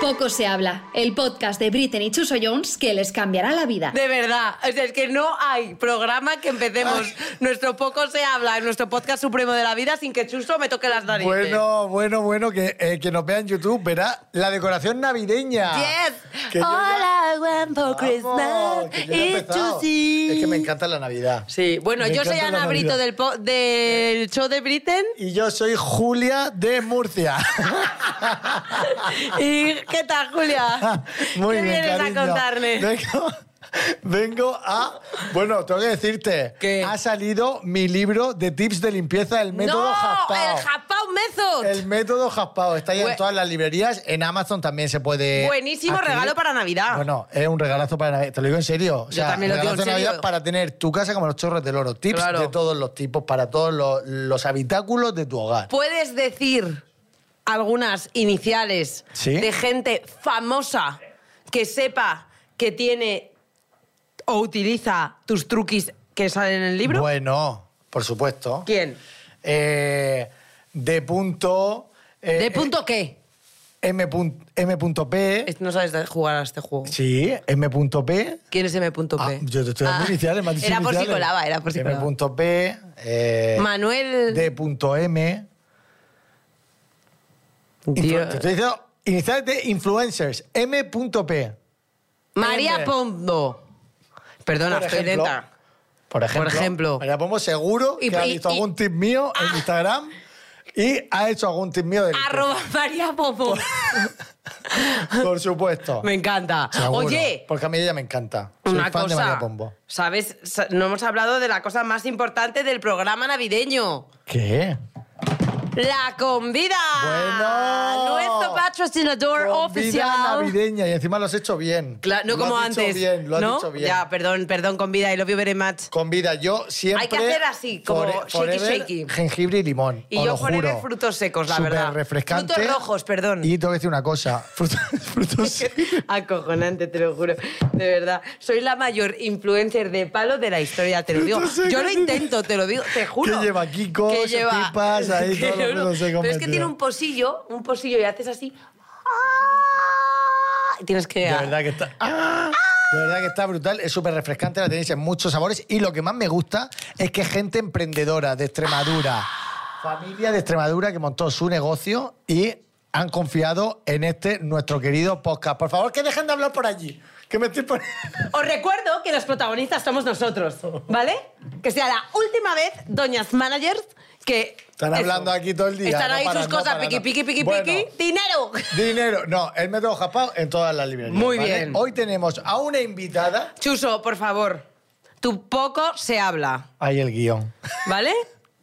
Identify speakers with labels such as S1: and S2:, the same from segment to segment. S1: Poco se habla, el podcast de Britney y Chuso Jones que les cambiará la vida.
S2: De verdad, o sea, es que no hay programa que empecemos nuestro poco se habla en nuestro podcast supremo de la vida sin que Chuso me toque las narices.
S3: Bueno, bueno, bueno, que eh, quien nos vea en YouTube verá la decoración navideña.
S2: Yes.
S3: Que yo ya-
S2: Hola, Gwen for
S3: Vamos,
S2: Christmas.
S3: que yo ya he
S2: it's
S3: empezado.
S2: Chusi.
S3: Es que me encanta la Navidad.
S2: Sí, bueno,
S3: Me
S2: yo soy
S3: encanta la
S2: Ana Brito
S3: Navidad.
S2: del, po- del show de Britain.
S3: Y yo soy Julia de Murcia.
S2: ¿Y qué tal, Julia?
S3: Muy
S2: ¿Qué
S3: bien,
S2: vienes
S3: cariño.
S2: a contarme?
S3: Vengo, vengo a... Bueno, tengo que decirte,
S2: ¿Qué?
S3: ha salido mi libro de tips de limpieza, el método
S2: no,
S3: jaspao.
S2: el Japao Method.
S3: El método jaspao. Está ya
S2: Bue-
S3: en todas las librerías. En Amazon también se puede...
S2: Buenísimo
S3: adquirir.
S2: regalo para Navidad.
S3: Bueno, es un regalazo para Navidad. Te lo digo en serio. O
S2: Ah. Yo
S3: sea,
S2: también lo digo
S3: regalazo
S2: en
S3: de
S2: serio.
S3: Navidad para tener tu casa como los chorros del oro. Tips
S2: Claro.
S3: de todos los tipos, para todos los, los habitáculos de tu hogar.
S2: ¿Puedes decir algunas iniciales
S3: Sí.
S2: de gente famosa que sepa que tiene o utiliza tus truquis que salen en el libro?
S3: Bueno, por supuesto.
S2: ¿Quién?
S3: Eh, de punto... eh,
S2: ¿De punto qué?
S3: eh, M. pun- M.P.
S2: Es- No sabes de- jugar a este juego.
S3: Sí, M.P.
S2: ¿Quién es M.P?
S3: Ah, yo te estoy dando
S2: Ah.
S3: iniciales, me has dicho
S2: Era por si
S3: iniciales.
S2: colaba, era por si colaba.
S3: M.P. eh,
S2: Manuel.
S3: D.M.
S2: Dios.
S3: Influ- Te estoy diciendo iniciales de influencers. M.P.
S2: María
S3: M.
S2: Pondo. Perdona,
S3: Por
S2: estoy
S3: ejemplo.
S2: lenta.
S3: Por ejemplo.
S2: Por ejemplo.
S3: María Pombo seguro
S2: Y-
S3: que ha
S2: y-
S3: visto
S2: y- Ah.
S3: algún tip mío en Instagram y ha hecho algún tip mío de
S2: Arroba María Pondo.
S3: Por supuesto.
S2: Me encanta.
S3: Seguro,
S2: Oye,
S3: Porque a mí ella me encanta. Soy
S2: una
S3: fan
S2: cosa.
S3: de María Pombo.
S2: ¿Sabes? Sa- No hemos hablado de la cosa más importante del programa navideño.
S3: ¿Qué?
S2: ¡La convida!
S3: Bueno.
S2: Nuestro patrocinador
S3: Con Vida
S2: oficial.
S3: navideña y encima lo has hecho bien.
S2: Cla- no
S3: Lo has
S2: como
S3: dicho
S2: antes.
S3: bien, lo has
S2: ¿no?
S3: dicho bien.
S2: Ya, perdón, perdón, convida. I love you very much.
S3: Con vida, yo siempre.
S2: Hay que hacer así, como shaky,
S3: forever,
S2: shaky.
S3: Jengibre y limón.
S2: Y
S3: os
S2: yo
S3: lo
S2: forever
S3: juro.
S2: frutos secos, la
S3: Súper
S2: verdad.
S3: refrescante.
S2: Frutos rojos, perdón.
S3: Y tengo que decir una cosa. Frutos, frutos secos.
S2: Acojonante, te lo juro. De verdad. Soy la mayor influencer de palo de la historia, te lo digo.
S3: Frutos secos.
S2: Yo lo intento, te lo digo, te juro.
S3: Que lleva Kikos,
S2: Que
S3: pipas, ahí
S2: que
S3: todos los
S2: no,
S3: frutos secos
S2: Pero es que
S3: metidos.
S2: tiene un posillo, un posillo y haces así. ¡Ah! Y tienes que.
S3: De verdad que está. ¡ah! De verdad que está brutal, es súper refrescante, la tenéis en muchos sabores y lo que más me gusta es que gente emprendedora de Extremadura, familia de Extremadura que montó su negocio y han confiado en este nuestro querido podcast. Por favor, que dejen de hablar por allí, que me estoy poniendo...
S2: Os recuerdo que los protagonistas somos nosotros, ¿vale? Que sea la última vez, doñas managers, que.
S3: Están
S2: eso,
S3: hablando aquí todo el día,
S2: Están
S3: no
S2: ahí
S3: paran,
S2: sus
S3: no
S2: cosas,
S3: paran,
S2: piqui,
S3: no.
S2: piqui, piqui,
S3: Bueno.
S2: piqui. ¡Dinero!
S3: Dinero, no, el método Japao en todas las librerías.
S2: Muy
S3: ¿vale?
S2: bien.
S3: Hoy tenemos a una invitada...
S2: Chuso, por favor. Tu poco se habla,
S3: Ahí el guión.
S2: ¿vale?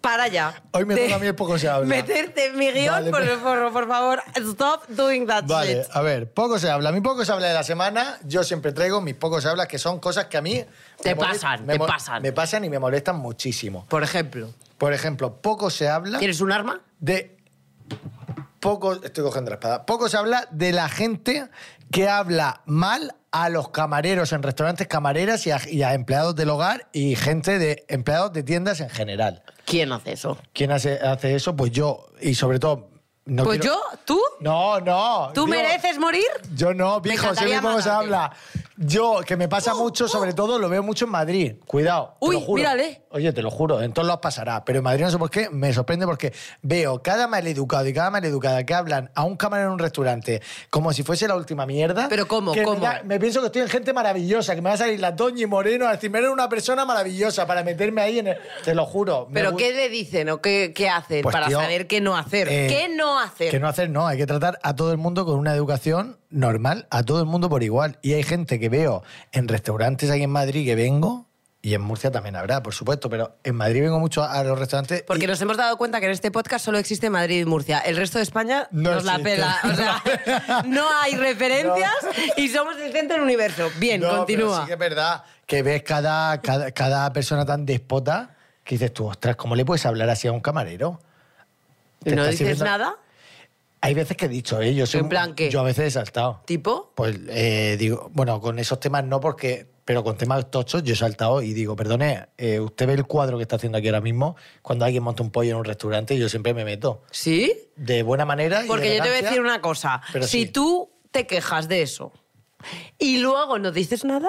S2: Para ya.
S3: Hoy me
S2: Te-
S3: toca a mí el poco se habla.
S2: Meterte en mi guión,
S3: Vale,
S2: por,
S3: me-
S2: por- por favor. Stop doing that
S3: Vale,
S2: shit.
S3: a ver, poco se habla. Mi poco se habla de la semana, yo siempre traigo mis pocos se hablas, que son cosas que a mí...
S2: Te
S3: me molest-
S2: pasan,
S3: me
S2: te
S3: mo-
S2: pasan.
S3: Me pasan y me molestan muchísimo.
S2: Por ejemplo,
S3: Por ejemplo, poco se habla
S2: ¿tienes un arma?
S3: de... Poco, estoy cogiendo la espada. Poco se habla de la gente que habla mal a los camareros en restaurantes, camareras y a, y a empleados del hogar y gente de empleados de tiendas en general.
S2: ¿Quién hace eso?
S3: ¿Quién hace, hace eso? Pues yo. Y sobre todo... No
S2: pues
S3: quiero-
S2: yo, tú,
S3: No, no.
S2: tú
S3: digo-
S2: mereces morir.
S3: yo no, viejo, sé
S2: encantaría
S3: bien cómo se
S2: matarte.
S3: habla. Yo, que me pasa mucho, sobre todo lo veo mucho en Madrid. Cuidado. te
S2: uh. Uy,
S3: lo juro.
S2: mírale.
S3: Oye, te lo juro, en todos lados pasará. Pero en Madrid no sé por qué, me sorprende porque veo cada maleducado y cada maleducada que hablan a un camarero en un restaurante como si fuese la última mierda.
S2: Pero ¿cómo?
S3: que me
S2: ¿Cómo?
S3: da- Me, pienso que estoy en gente maravillosa, que me va a salir la Doña y Moreno a decirme, eres una persona maravillosa para meterme ahí en el. Te lo juro. me
S2: ¿Pero
S3: gu-
S2: qué le dicen o qué, qué hacen
S3: Pues,
S2: para
S3: tío,
S2: saber qué no hacer?
S3: eh,
S2: ¿Qué no hacer?
S3: Que no hacer, no. Hay que tratar a todo el mundo con una educación normal, a todo el mundo por igual. Y hay gente que veo en restaurantes aquí en Madrid que vengo, y en Murcia también habrá, por supuesto, pero en Madrid vengo mucho a, a los restaurantes.
S2: Porque nos hemos dado cuenta que en este podcast solo existe Madrid y Murcia. El resto de España
S3: No
S2: nos la
S3: existe.
S2: pela. O sea, no hay referencias y somos el centro del universo. Bien,
S3: No, pero
S2: continúa.
S3: Sí que es verdad que ves cada, cada, cada persona tan despota que dices tú, ostras, ¿cómo le puedes hablar así a un camarero? Te
S2: ¿No
S3: estás
S2: dices
S3: sirviendo-
S2: nada?
S3: Hay veces que he dicho, ¿eh? Yo soy
S2: ¿En
S3: un-
S2: plan qué?
S3: Yo a veces he saltado.
S2: ¿Tipo?
S3: Pues eh, digo, bueno, con esos temas no, porque, pero con temas tochos yo he saltado y digo, perdone, eh, usted ve el cuadro que está haciendo aquí ahora mismo, cuando alguien monta un pollo en un restaurante, yo siempre me meto.
S2: ¿Sí?
S3: De buena manera. y de
S2: Porque yo te voy a
S3: elegancia.
S2: decir una cosa.
S3: Pero
S2: si
S3: sí.
S2: tú te te quejas de eso y luego no dices nada,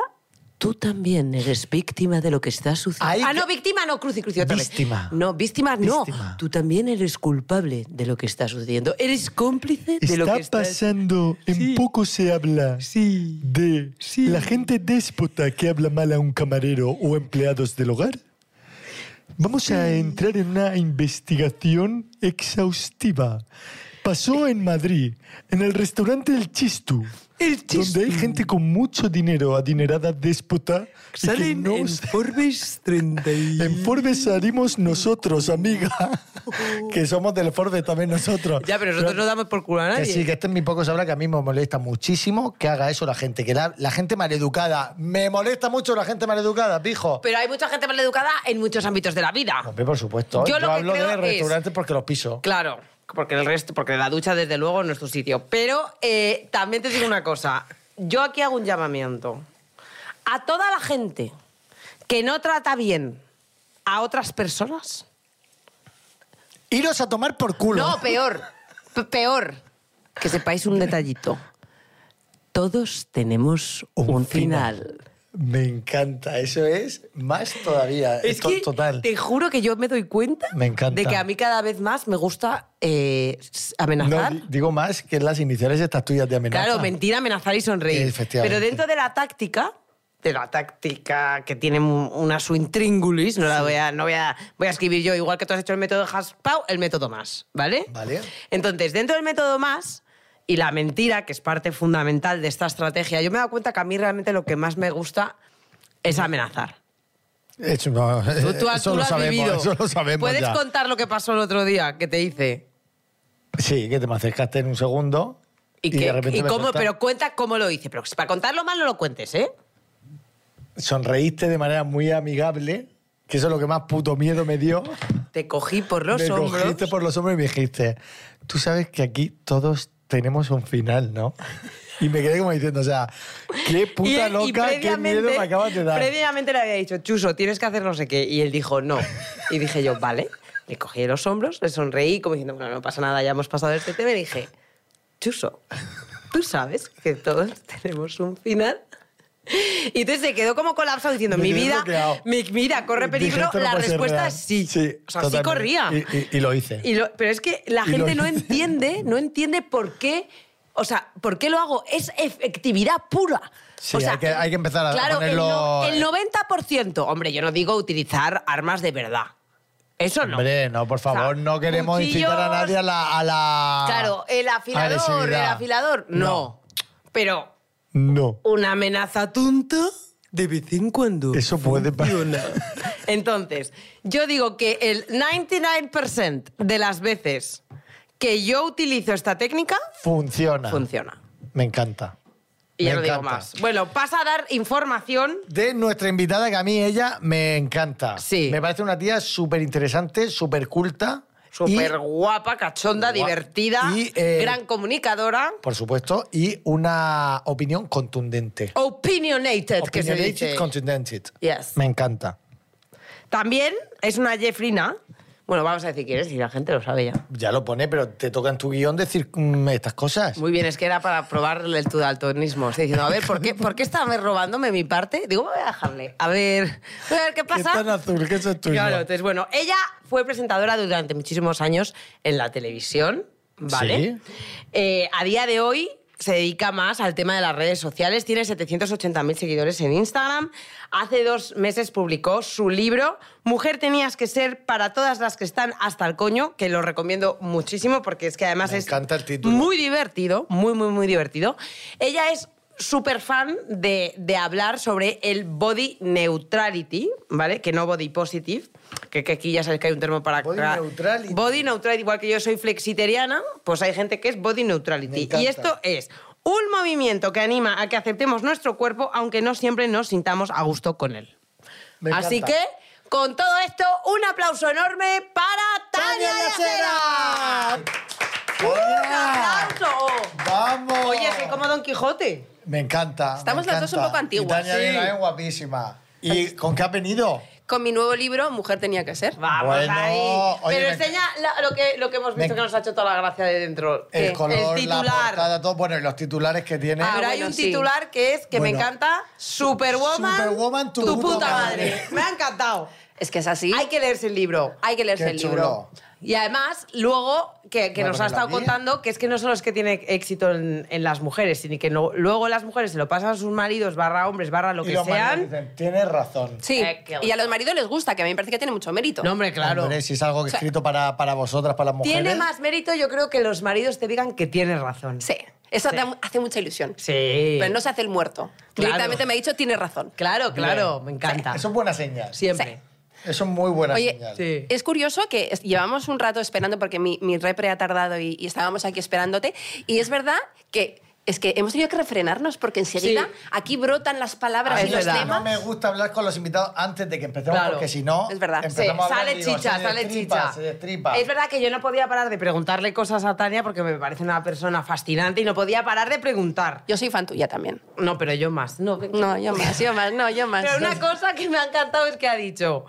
S2: tú también eres víctima de lo que está sucediendo.
S3: Ahí
S2: ah,
S3: que-
S2: no, víctima no, cruci, cruci otra vez.
S3: Víctima.
S2: No, víctima no.
S3: Víctima.
S2: Tú también eres culpable de lo que está sucediendo. Eres cómplice de lo que está
S4: pasando, en poco se habla
S2: Sí.
S4: de la gente déspota que habla mal a un camarero o empleados del hogar. Vamos a entrar en una investigación exhaustiva. Pasó en Madrid, en el restaurante El Chistu.
S2: Eh. El
S4: Donde hay gente con mucho dinero, adinerada, déspota, y que
S2: Salen
S4: no
S2: en
S4: se-
S2: Forbes 30 y...
S4: en Forbes salimos nosotros, amiga.
S3: Que somos del Forbes también nosotros.
S2: Ya, pero nosotros no damos por culo a nadie.
S3: Que sí, que este es mi poco sabrá que a mí me molesta muchísimo que haga eso la gente, que la, la gente maleducada. Me molesta mucho la gente maleducada, pijo.
S2: Pero hay mucha gente maleducada en muchos ámbitos de la vida.
S3: Hombre, por supuesto.
S2: Yo
S3: Yo,
S2: lo que
S3: hablo
S2: creo
S3: de
S2: es-
S3: restaurantes porque los piso.
S2: Claro, porque el resto, porque la ducha desde luego no es tu sitio. Pero eh, también te digo una cosa. Yo aquí hago un llamamiento a toda la gente que no trata bien a otras personas.
S3: Iros a tomar por culo.
S2: No, peor, pe- peor. Que sepáis un detallito. Todos tenemos un,
S4: Un
S2: final.
S4: final.
S3: Me encanta, eso es más todavía. Es
S2: Es que
S3: total.
S2: te juro que yo me doy cuenta
S3: Me encanta.
S2: de que a mí cada vez más me gusta eh, s-
S3: No,
S2: amenazar.
S3: di- digo más que las iniciales estas tuyas de amenaza.
S2: Claro, mentir, amenazar y sonreír.
S3: Efectivamente.
S2: Pero dentro de la táctica, de la táctica que tiene un- una su intríngulis, no la voy a, no voy a, voy a escribir yo, igual que tú has hecho el método Haspau, el método más, ¿vale?
S3: Vale.
S2: Entonces, dentro del método más y la mentira, que es parte fundamental de esta estrategia, yo me he dado cuenta que a mí realmente lo que más me gusta es amenazar.
S3: Eso, no,
S2: Tú, tú-
S3: Eh, eso
S2: tú
S3: lo
S2: has
S3: sabemos,
S2: vivido.
S3: eso lo sabemos
S2: ¿Puedes
S3: ya.
S2: contar lo que pasó el otro día que te hice?
S3: Sí, que te me acercaste en un segundo y,
S2: Y, que-
S3: de repente
S2: y
S3: me
S2: cómo,
S3: soltaste.
S2: pero cuenta cómo lo hice. Pero para contarlo mal no lo cuentes, ¿eh?
S3: sonreíste de manera muy amigable, que eso es lo que más puto miedo me dio.
S2: Te cogí por los
S3: me
S2: hombros.
S3: cogiste por los hombros y me dijiste, tú sabes que aquí todos tenemos un final, ¿no? Y me quedé como diciendo, o sea, qué
S2: Y
S3: puta
S2: él- y
S3: loca, qué
S2: previamente-
S3: miedo me acabas de dar.
S2: Previamente le había dicho, Chuso, tienes que hacer no sé qué. Y él dijo, no. Y dije yo, vale. Le cogí los hombros, le sonreí, como diciendo, bueno, no pasa nada, ya hemos pasado este tema. Y dije, Chuso, tú sabes que todos tenemos un final. Y entonces se quedó como colapsado diciendo,
S3: Me
S2: mi
S3: quedé
S2: vida,
S3: bloqueado.
S2: mi vida corre
S3: Dije,
S2: peligro.
S3: "Esto no
S2: la
S3: puede ser
S2: respuesta
S3: real".
S2: es sí. o sea, sí
S3: totalmente.
S2: corría.
S3: Y, y- y lo hice.
S2: Y lo- pero es que la
S3: Y lo
S2: gente no
S3: hice.
S2: entiende, no entiende por qué, o sea, por qué lo hago. Es efectividad pura.
S3: Sí,
S2: O sea,
S3: hay que- hay que empezar a
S2: claro, el no-
S3: ponerlo-
S2: El, 90%, hombre, yo no digo utilizar armas de verdad. Eso no.
S3: Hombre, no, por favor,
S2: O sea,
S3: no queremos
S2: cuchillos,
S3: incitar a nadie a la... a la
S2: Claro, el afilador,
S3: ah, agresividad.
S2: el afilador, no. Pero
S4: No.
S2: una amenaza tonta de vez en cuando.
S4: Eso puede
S2: funciona. Entonces, yo digo que el 99% de las veces que yo utilizo esta técnica,
S3: Funciona.
S2: funciona.
S3: Me encanta.
S2: Y
S3: Me
S2: ya no digo
S3: encanta.
S2: más. Bueno, pasa a dar información.
S3: de nuestra invitada, que a mí ella me encanta.
S2: Sí.
S3: Me parece una tía súper interesante, súper culta.
S2: Súper
S3: y,
S2: guapa, cachonda,
S3: Guap-
S2: divertida,
S3: y, eh,
S2: gran comunicadora.
S3: Por supuesto, y una opinión contundente.
S2: Opinionated, que se
S3: Opinionated,
S2: dice.
S3: contundente.
S2: Yes.
S3: Me encanta.
S2: También es una jeffrina. Bueno, vamos a decir quién es y la gente lo sabe ya.
S3: Ya lo pone, pero te toca en tu guión decir mm, estas cosas.
S2: Muy bien, es que era para probar el tu daltonismo. Estoy diciendo, a ver, ¿por qué, ¿por qué está me robándome mi parte? Digo, voy a dejarle. A ver, voy a ver qué
S3: ¿Qué
S2: pasa.
S3: tan azul? ¿Qué es tuyo?
S2: Claro, entonces, bueno, ella fue presentadora durante muchísimos años en la televisión, ¿vale? Eh, a día de hoy se dedica más al tema de las redes sociales, tiene 780.000 seguidores en Instagram, hace dos meses publicó su libro Mujer tenías que ser para todas las que están hasta el coño, que lo recomiendo muchísimo porque es que además
S3: Me
S2: es
S3: encanta el título.
S2: muy divertido, muy, muy, muy divertido. Ella es súper fan de, de hablar sobre el body neutrality, ¿vale? Que no body positive, que, que aquí ya sabes que hay un termo para...
S3: Body
S2: para-
S3: neutrality.
S2: Body neutrality, igual que yo soy flexiteriana, pues hay gente que es body
S3: Me
S2: neutrality.
S3: encanta.
S2: Y esto es un movimiento que anima a que aceptemos nuestro cuerpo, aunque no siempre nos sintamos a gusto con él.
S3: Me
S2: Así
S3: encanta.
S2: que, con todo esto, un aplauso enorme para Tania,
S3: Tania
S2: Yacera. ¡Un
S3: ¡Hola!
S2: aplauso!
S3: ¡Vamos!
S2: Oye, soy como Don Quijote.
S3: Me encanta.
S5: Estamos
S3: me
S5: las dos un
S3: encanta.
S5: poco antiguas,
S3: Y Tania
S5: sí.
S3: Vega es guapísima. ¿Y con qué ha venido?
S5: con mi nuevo libro, Mujer tenía que ser.
S2: Vamos
S3: Bueno,
S2: ahí.
S3: oye,
S2: Pero
S3: me-
S2: enseña la- lo, que, lo que hemos visto
S3: Me-
S2: que nos ha hecho toda la gracia de dentro.
S3: El
S2: ¿Qué?
S3: color,
S2: El
S3: la
S2: titular.
S3: portada, todo. Bueno, y los titulares que tiene.
S5: Ah,
S2: Pero hay
S5: bueno,
S2: un
S5: sí.
S2: titular que es que
S3: Bueno.
S2: me encanta Superwoman,
S3: Superwoman, tu puta madre.
S2: Me ha encantado.
S5: Es que es así.
S2: Hay que leerse el libro.
S5: Hay que leerse
S3: Qué
S5: el
S3: chulo.
S5: libro.
S2: Y además, luego, que, que
S3: Bueno,
S2: nos ha
S3: pero la
S2: estado
S3: mía.
S2: contando, que es que no solo es que tiene éxito en, en las mujeres, sino que no- luego las mujeres se lo pasan a sus maridos, barra hombres, barra lo
S3: y
S2: que
S3: los maridos
S2: sean.
S3: dicen, tienes razón.
S5: Sí.
S2: Eh, qué
S5: y a los maridos les gusta, que a mí me parece que tiene mucho mérito.
S2: No, hombre, claro.
S3: Hombre, si es algo que he escrito para, para vosotras, para las mujeres.
S2: Tiene más mérito, yo creo, que los maridos te digan que tienes razón.
S5: Sí. Eso da- hace mucha ilusión.
S2: Sí.
S5: Pero no se hace el muerto.
S2: Claro.
S5: Directamente me ha dicho, tienes razón.
S2: Claro, claro, me encanta.
S3: Eso es buena señal.
S2: Siempre.
S3: Eso es muy buena
S5: Oye,
S3: señal.
S2: Sí.
S5: Es curioso que es- llevamos un rato esperando porque mi, mi repre ha tardado y, y estábamos aquí esperándote. Y es verdad que es que hemos tenido que refrenarnos porque enseguida
S2: Sí. Ah,
S5: aquí brotan las
S3: A
S5: palabras
S3: mí
S5: y
S2: es
S5: los
S2: verdad.
S3: no
S5: temas.
S3: me gusta hablar con los invitados antes de que empecemos,
S2: Claro.
S3: porque si no.
S5: Es verdad.
S3: empezamos
S2: Sí,
S3: a hablar
S2: sale
S3: y digo,
S2: chicha,
S3: se
S2: sale
S3: destripa,
S2: chicha.
S3: Se destripa.
S2: Es verdad que yo no podía parar de preguntarle cosas a Tania porque me parece una persona fascinante y no podía parar de preguntar.
S5: Yo soy fan tuya también.
S2: No, pero yo más. No, que-
S5: No, yo más, yo más, no, yo más.
S2: Pero una cosa que me ha encantado es que ha dicho,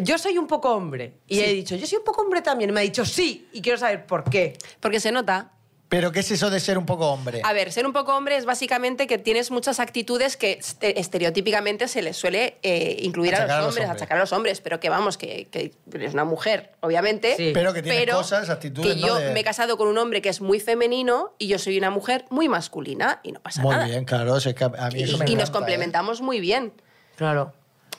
S2: yo soy un poco hombre. Y he dicho, yo soy un poco hombre también. Y me ha dicho, sí, y quiero saber por qué.
S5: Porque se nota.
S3: Pero ¿qué es eso de ser un poco hombre?
S5: A ver, ser un poco hombre es básicamente que tienes muchas actitudes que este- estereotípicamente se les suele eh, incluir a los,
S3: Achacar
S5: hombres, achacar a los hombres, pero que vamos, que, que eres una mujer, obviamente.
S2: Sí.
S3: Pero que tienes
S5: pero
S3: cosas, actitudes,
S5: Que
S3: ¿no?
S5: yo
S3: de-
S5: me he casado con un hombre que es muy femenino y yo soy una mujer muy masculina y no pasa
S3: Muy
S5: nada.
S3: bien, claro. si es que a mí
S5: Y,
S3: eso me
S5: y nos
S3: encanta, ¿eh?
S5: complementamos muy bien,
S2: Claro.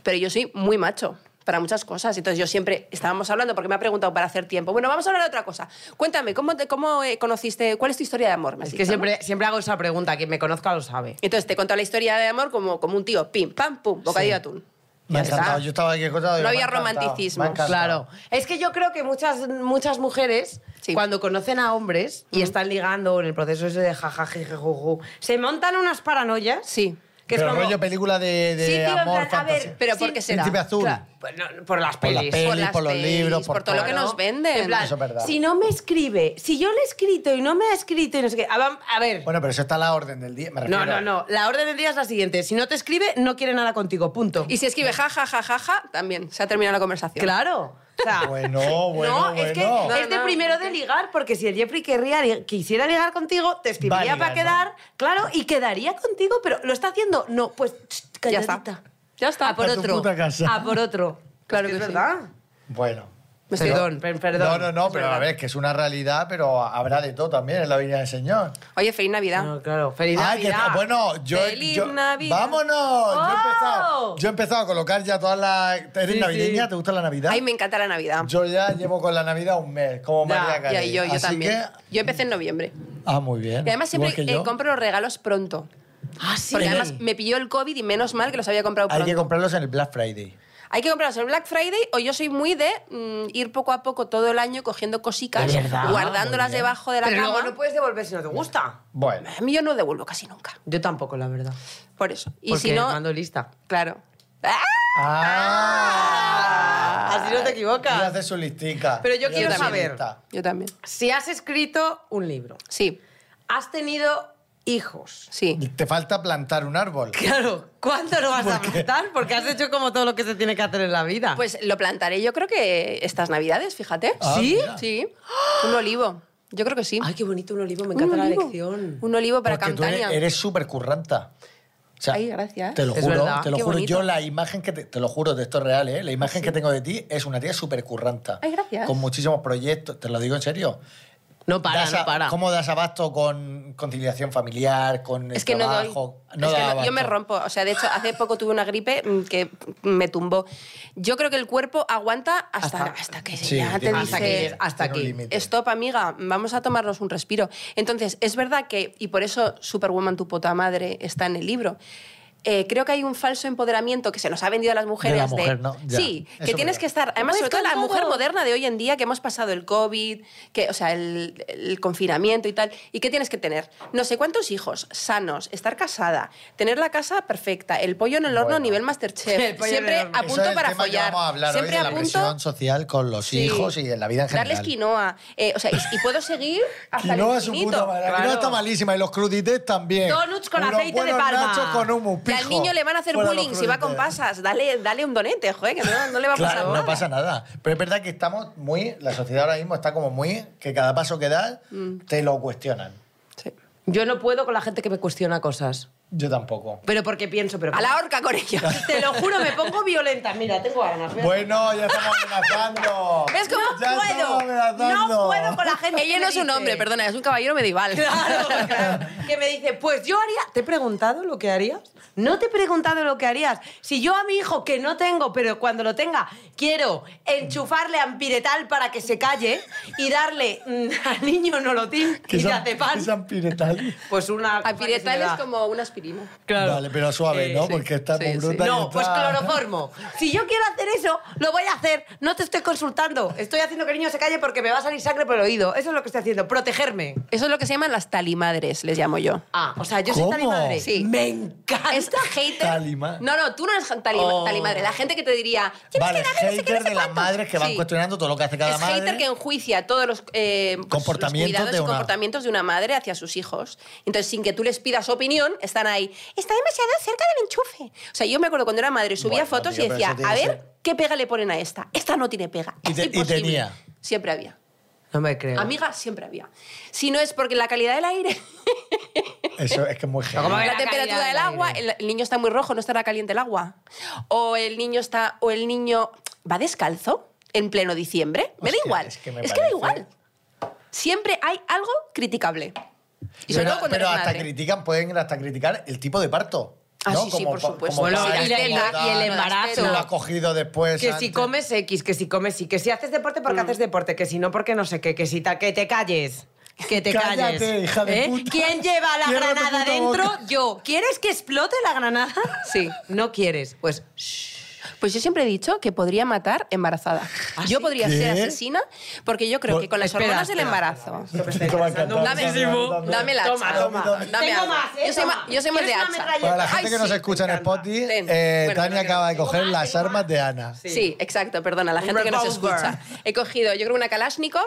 S5: pero yo soy muy macho para muchas cosas. Entonces yo siempre estábamos hablando porque me ha preguntado para hacer tiempo. Bueno, vamos a hablar de otra cosa. Cuéntame, ¿cómo, te- cómo eh, conociste, cuál es tu historia de amor? Me has
S2: Es que
S5: dicho, ¿no?
S2: siempre, siempre hago esa pregunta, quien me conozca lo sabe.
S5: Entonces te contó la historia de amor como, como un tío, pim, pam, pum, bocadillo de atún.
S3: Me ha
S5: Ya está.
S3: encantado. Yo estaba aquí escuchando. digo,
S5: No
S3: me ha
S5: había
S3: encantado,
S5: romanticismo.
S3: me ha encantado.
S2: Claro. Es que yo creo que muchas, muchas mujeres,
S5: Sí.
S2: cuando conocen a hombres y están ligando en el proceso ese de jajaje, se montan unas paranoias.
S5: Sí.
S2: Que
S3: Pero
S2: es como,
S3: rollo película de, de
S2: Sí, tío, en
S3: amor,
S2: plan, a ver,
S3: fantasía.
S5: Pero ¿por qué será?
S3: Príncipe azul.
S2: Claro, pues no, por las
S3: Por las
S2: pelis.
S3: pelis,
S5: Por las
S3: por los
S5: pelis,
S3: libros,
S5: por todo lo que
S3: Claro.
S5: nos venden.
S2: En plan,
S3: Eso es verdad.
S2: si no me escribe, si yo le he escrito y no me ha escrito y no sé qué. A va- a ver.
S3: Bueno, pero eso está a la orden del día. me
S2: no, no,
S3: refiero.
S2: no. La orden del día es la siguiente. Si no te escribe, no quiere nada contigo. Punto.
S5: Y si escribe ja, ja, ja, ja, ja, también se ha terminado la conversación.
S2: Claro. O sea,
S3: Bueno,
S2: no,
S3: bueno,
S2: es que
S3: bueno.
S2: es de
S5: No, no,
S2: primero
S5: es
S2: de
S5: que-
S2: ligar, porque si el Jeffrey querría, li- quisiera ligar contigo, te
S3: Va a
S2: escribiría
S3: ligar,
S2: para
S3: ¿no?
S2: quedar, claro, y quedaría contigo, pero ¿lo está haciendo? No, pues ch,
S5: Ya está.
S2: calladita.
S5: Ya está.
S2: A por
S3: A tu
S2: otro.
S3: puta casa.
S2: A por otro.
S5: Claro que
S2: es
S5: sí.
S2: verdad.
S3: Bueno.
S5: Me estoy-
S2: Perdón, per- perdón.
S3: No, no, no,
S2: Es
S3: pero a
S2: verdad.
S3: ver, que es una realidad, pero habrá de todo también en la Viña del Señor.
S5: Oye, feliz Navidad.
S2: No, claro. Feliz
S3: Ah, que
S2: Navidad.
S3: está- bueno, yo,
S5: Feliz
S3: yo-
S5: Navidad.
S3: vámonos. Yo, he empezado,
S2: ¡Oh!
S3: yo he empezado a colocar ya todas las. ¿Eres
S2: Sí,
S3: navideña?
S2: sí.
S3: ¿Te gusta la Navidad?
S5: Ay, me encanta la Navidad.
S3: Yo ya llevo con la Navidad un mes, como
S2: Ya,
S3: María
S5: Ya,
S3: Carey.
S5: yo, yo
S3: Así
S5: también.
S3: que-
S5: Yo empecé en noviembre.
S3: ah, muy bien.
S5: Y además siempre
S3: Igual que
S5: eh,
S3: yo.
S5: compro los regalos pronto.
S2: Ah, sí.
S5: Porque además me pilló el COVID y menos mal que los había comprado
S3: Hay
S5: pronto.
S3: que comprarlos en el Black Friday.
S5: Hay que comprarlos en Black Friday o yo soy muy de mm, ir poco a poco todo el año cogiendo cositas,
S2: De verdad.
S5: guardándolas debajo de la
S2: Pero
S5: cama.
S2: luego no puedes devolver si no te gusta.
S3: Bueno.
S5: A mí yo no devuelvo casi nunca,
S2: Yo tampoco, la verdad.
S5: por eso. Y
S2: Porque
S5: si no,
S2: mando lista.
S5: claro. ¡Ah!
S3: ¡Ah!
S2: Así no te
S3: Y
S2: equivocas.
S3: hace su listica.
S2: Pero yo
S3: Y
S2: quiero
S3: hace su
S2: saber.
S3: lista.
S5: Yo también.
S2: Si has escrito un libro,
S5: Sí,
S2: has tenido hijos.
S5: sí.
S3: Te falta plantar un árbol.
S2: Claro, ¿cuándo lo vas a plantar? Porque has hecho como todo lo que se tiene que hacer en la vida.
S5: Pues lo plantaré yo creo que estas navidades, fíjate.
S3: Ah,
S2: ¿Sí?
S3: mira.
S5: Sí. Un olivo. Yo creo que sí.
S2: ay, qué bonito un olivo, me
S5: Un
S2: encanta la
S5: olivo.
S2: lección.
S5: Un olivo para
S3: Porque tú
S5: Campania.
S3: eres, eres súper curranta. O sea,
S5: Ay, gracias.
S3: Te lo
S2: Es
S3: juro,
S2: verdad,
S3: te lo
S5: qué
S3: juro.
S5: bonito.
S3: Yo la imagen que te, te lo juro de esto es real, ¿eh? La imagen que tengo de ti es una tía súper curranta.
S5: Ay, gracias.
S3: Con muchísimos proyectos, te lo digo en serio.
S2: No para,
S3: Das a-
S2: no para.
S3: ¿Cómo das abasto con conciliación familiar, con el
S5: Es que no doy.
S3: trabajo?
S5: Es que
S3: da
S5: no- yo
S3: abasto.
S5: me rompo. O sea, de hecho, hace poco tuve una gripe mm, que me tumbó. Yo creo que el cuerpo aguanta hasta,
S2: Hasta-
S5: hasta, que
S3: Sí,
S5: ya te
S3: tiene-
S2: hasta
S5: dice...
S2: que llegues, hasta
S3: tiene un
S2: aquí.
S3: límite.
S5: Stop, amiga, vamos a tomarnos un respiro. Entonces, es verdad que, y por eso Superwoman, tu puta madre, está en el libro. eh, creo que hay un falso empoderamiento que se nos ha vendido a las mujeres.
S3: la mujer, ¿no? Ya.
S5: Sí,
S3: Eso
S5: que tienes
S3: es
S5: que estar. Además,
S2: Pues
S5: sobre todo la mujer moderna de hoy en día, que hemos pasado el COVID, que, o sea, el, el confinamiento y tal. ¿Y qué tienes que tener? No sé cuántos hijos sanos, estar casada, tener la casa perfecta, el pollo en el horno
S3: Bueno.
S5: a nivel Masterchef,
S2: El pollo en el
S5: siempre
S2: horno.
S5: a
S3: Eso
S5: punto
S3: es el
S5: para
S3: tema que
S5: follar.
S3: vamos a hablar hoy
S5: siempre
S3: de
S5: a
S3: la
S5: punto
S3: presión social con los
S5: Sí.
S3: hijos y en la vida en general.
S5: Darles quinoa. Eh, o sea, y, y puedo seguir hasta el
S3: Quinoa es su
S5: infinito.
S3: puta madre. La Quinoa
S2: Claro.
S3: está malísima y los crudités también.
S2: Donuts con
S3: Unos
S2: aceite de
S3: buenos
S2: palma.
S3: nachos con hummus.
S5: Que
S3: pijo.
S5: al niño le van a hacer
S3: Fuera
S5: bullying
S3: los
S5: si va con
S3: fluorescentes.
S5: pasas. Dale, dale un donete, joder, que no, no le va a pasar
S3: Claro,
S5: nada.
S3: no pasa nada. Pero es verdad que estamos muy, la sociedad ahora mismo está como muy, que cada paso que das
S5: Mm.
S3: te lo cuestionan.
S5: Sí.
S2: Yo no puedo con la gente que me cuestiona cosas.
S3: Yo tampoco.
S2: Pero porque pienso, pero...
S5: A la horca con ellos.
S2: Te lo juro, me pongo violenta. Mira, tengo ganas. mira.
S3: Bueno, ya estamos amenazando.
S5: ¿Ves cómo
S3: ya estamos
S2: No
S3: amenazando.
S2: puedo con la gente
S5: Ella
S2: que
S5: no
S2: me
S5: es un
S2: dice-
S5: hombre, perdona, es un caballero medieval.
S2: Claro, claro. Que me dice, pues yo haría. ¿Te he preguntado lo que harías? No te he preguntado lo que harías. Si yo a mi hijo, que no tengo, pero cuando lo tenga, quiero enchufarle ampiretal para que se calle y darle mm, al niño nolotín
S3: ¿Qué
S2: y
S3: es am-
S2: de pan.
S3: qué es ampiretal?
S2: Pues una. cosa que se
S5: Apiretal
S2: le da.
S5: es como una aspirina.
S2: Claro.
S3: Vale, pues pero suave,
S2: Eh,
S3: ¿no?
S2: sí.
S3: Porque está
S5: sí,
S3: muy
S5: sí.
S3: bruta. y
S2: No, pues
S3: está-
S2: cloroformo. Si yo quiero hacer eso, lo voy a hacer. No te estoy consultando. Estoy haciendo que el niño se calle porque me va a salir sangre por el oído. Eso es lo que estoy haciendo, protegerme.
S5: Eso es lo que se llaman las talimadres, les llamo yo.
S2: Ah, o sea, yo
S3: ¿Cómo?
S2: soy talimadre.
S5: Sí.
S2: Me encanta.
S5: Es Ah, hater.
S3: Talima.
S5: No, no, tú no eres talima-
S2: Oh.
S5: talimadre. La gente que te diría. "Tienes
S3: Vale,
S5: que darle no sé qué,
S3: hater
S5: no sé
S3: de las
S5: cuánto".
S3: madres que van
S5: Sí.
S3: cuestionando todo lo que hace cada
S5: es
S3: madre.
S5: hater que enjuicia todos los, eh, pues, los
S3: Comportamientos
S5: cuidados
S3: de
S5: y
S3: una-
S5: comportamientos de una madre hacia sus hijos. Entonces, sin que tú les pidas opinión, están ahí. Está demasiado cerca del enchufe. O sea, yo me acuerdo cuando era madre, subía
S3: Bueno,
S5: fotos
S3: tío,
S5: y
S3: pero
S5: decía,
S3: eso tiene
S5: a
S3: que
S5: ver,
S3: ser-
S5: ¿qué pega le ponen a esta? Esta no tiene pega.
S3: Y
S5: es
S3: te- y
S5: imposible".
S3: tenía.
S5: Siempre había.
S2: No me creo.
S5: Amiga, siempre había. Si no es porque la calidad del aire,
S3: Eso es que es muy heavy.
S2: ¿Cómo
S5: la,
S2: que la
S5: temperatura
S2: calidad
S5: del
S2: del
S5: agua, el, el niño está muy rojo, no estará caliente el agua. O el niño está, o el niño va descalzo en pleno diciembre. Me da
S3: Hostia,
S5: igual.
S3: es
S5: Es
S3: que
S5: que,
S3: me
S5: da
S3: parece-
S5: igual. Siempre hay algo criticable. Y sobre
S3: pero
S5: todo cuando
S3: pero
S5: eres
S3: hasta
S5: madre.
S3: critican, pueden hasta criticar el tipo de parto.
S5: Ah,
S3: ¿no?
S5: sí, sí, por
S3: pa-
S5: supuesto.
S2: Bueno,
S3: padre,
S2: y la- y la-
S3: tal,
S2: y el
S3: si
S2: embarazo.
S3: lo ha cogido después.
S2: Que si
S3: antes.
S2: comes X, que si comes Y, que si haces deporte
S3: Mm.
S2: porque haces deporte, que si no porque no sé qué, que si tal, que te calles. Que te
S3: Cállate,
S2: calles.
S3: hija de
S2: ¿Eh?
S3: puta.
S2: ¿Quién lleva la
S3: Cierra tu
S2: granada
S3: puta
S2: dentro?
S3: boca.
S2: Yo. ¿Quieres que explote la granada?
S5: Sí.
S2: No quieres. Pues
S5: Pues yo siempre he dicho que podría matar embarazada.
S2: ¿Ah,
S5: yo
S2: sí?
S5: podría ser
S3: ¿Qué?
S5: asesina porque yo creo
S3: Por-
S5: que con las
S2: espera,
S5: hormonas del
S2: espera,
S5: embarazo.
S3: Esto va a encantar.
S2: Dame-
S5: Dame, dame la
S2: Toma,
S5: hacha.
S2: toma.
S5: Dame
S2: Tengo
S5: hacha.
S2: más, ¿eh?
S5: Yo soy,
S2: Toma.
S5: ma- yo soy más de
S2: ¿Quieres una
S5: hacha.
S2: metralleta?
S3: Para la
S2: Ay,
S3: gente que
S2: sí,
S3: nos
S2: me
S3: escucha en
S2: encanta.
S3: Spotify,
S5: Ten.
S3: eh,
S5: Bueno,
S3: Tania
S5: no creo.
S3: acaba de
S2: Tengo
S3: coger
S2: más,
S3: las
S2: tengo
S3: armas
S2: más.
S3: de Ana.
S5: Sí. exacto, perdona, la
S2: Un
S5: gente que nos
S2: revólver.
S5: escucha. He cogido, yo creo, una Kalashnikov.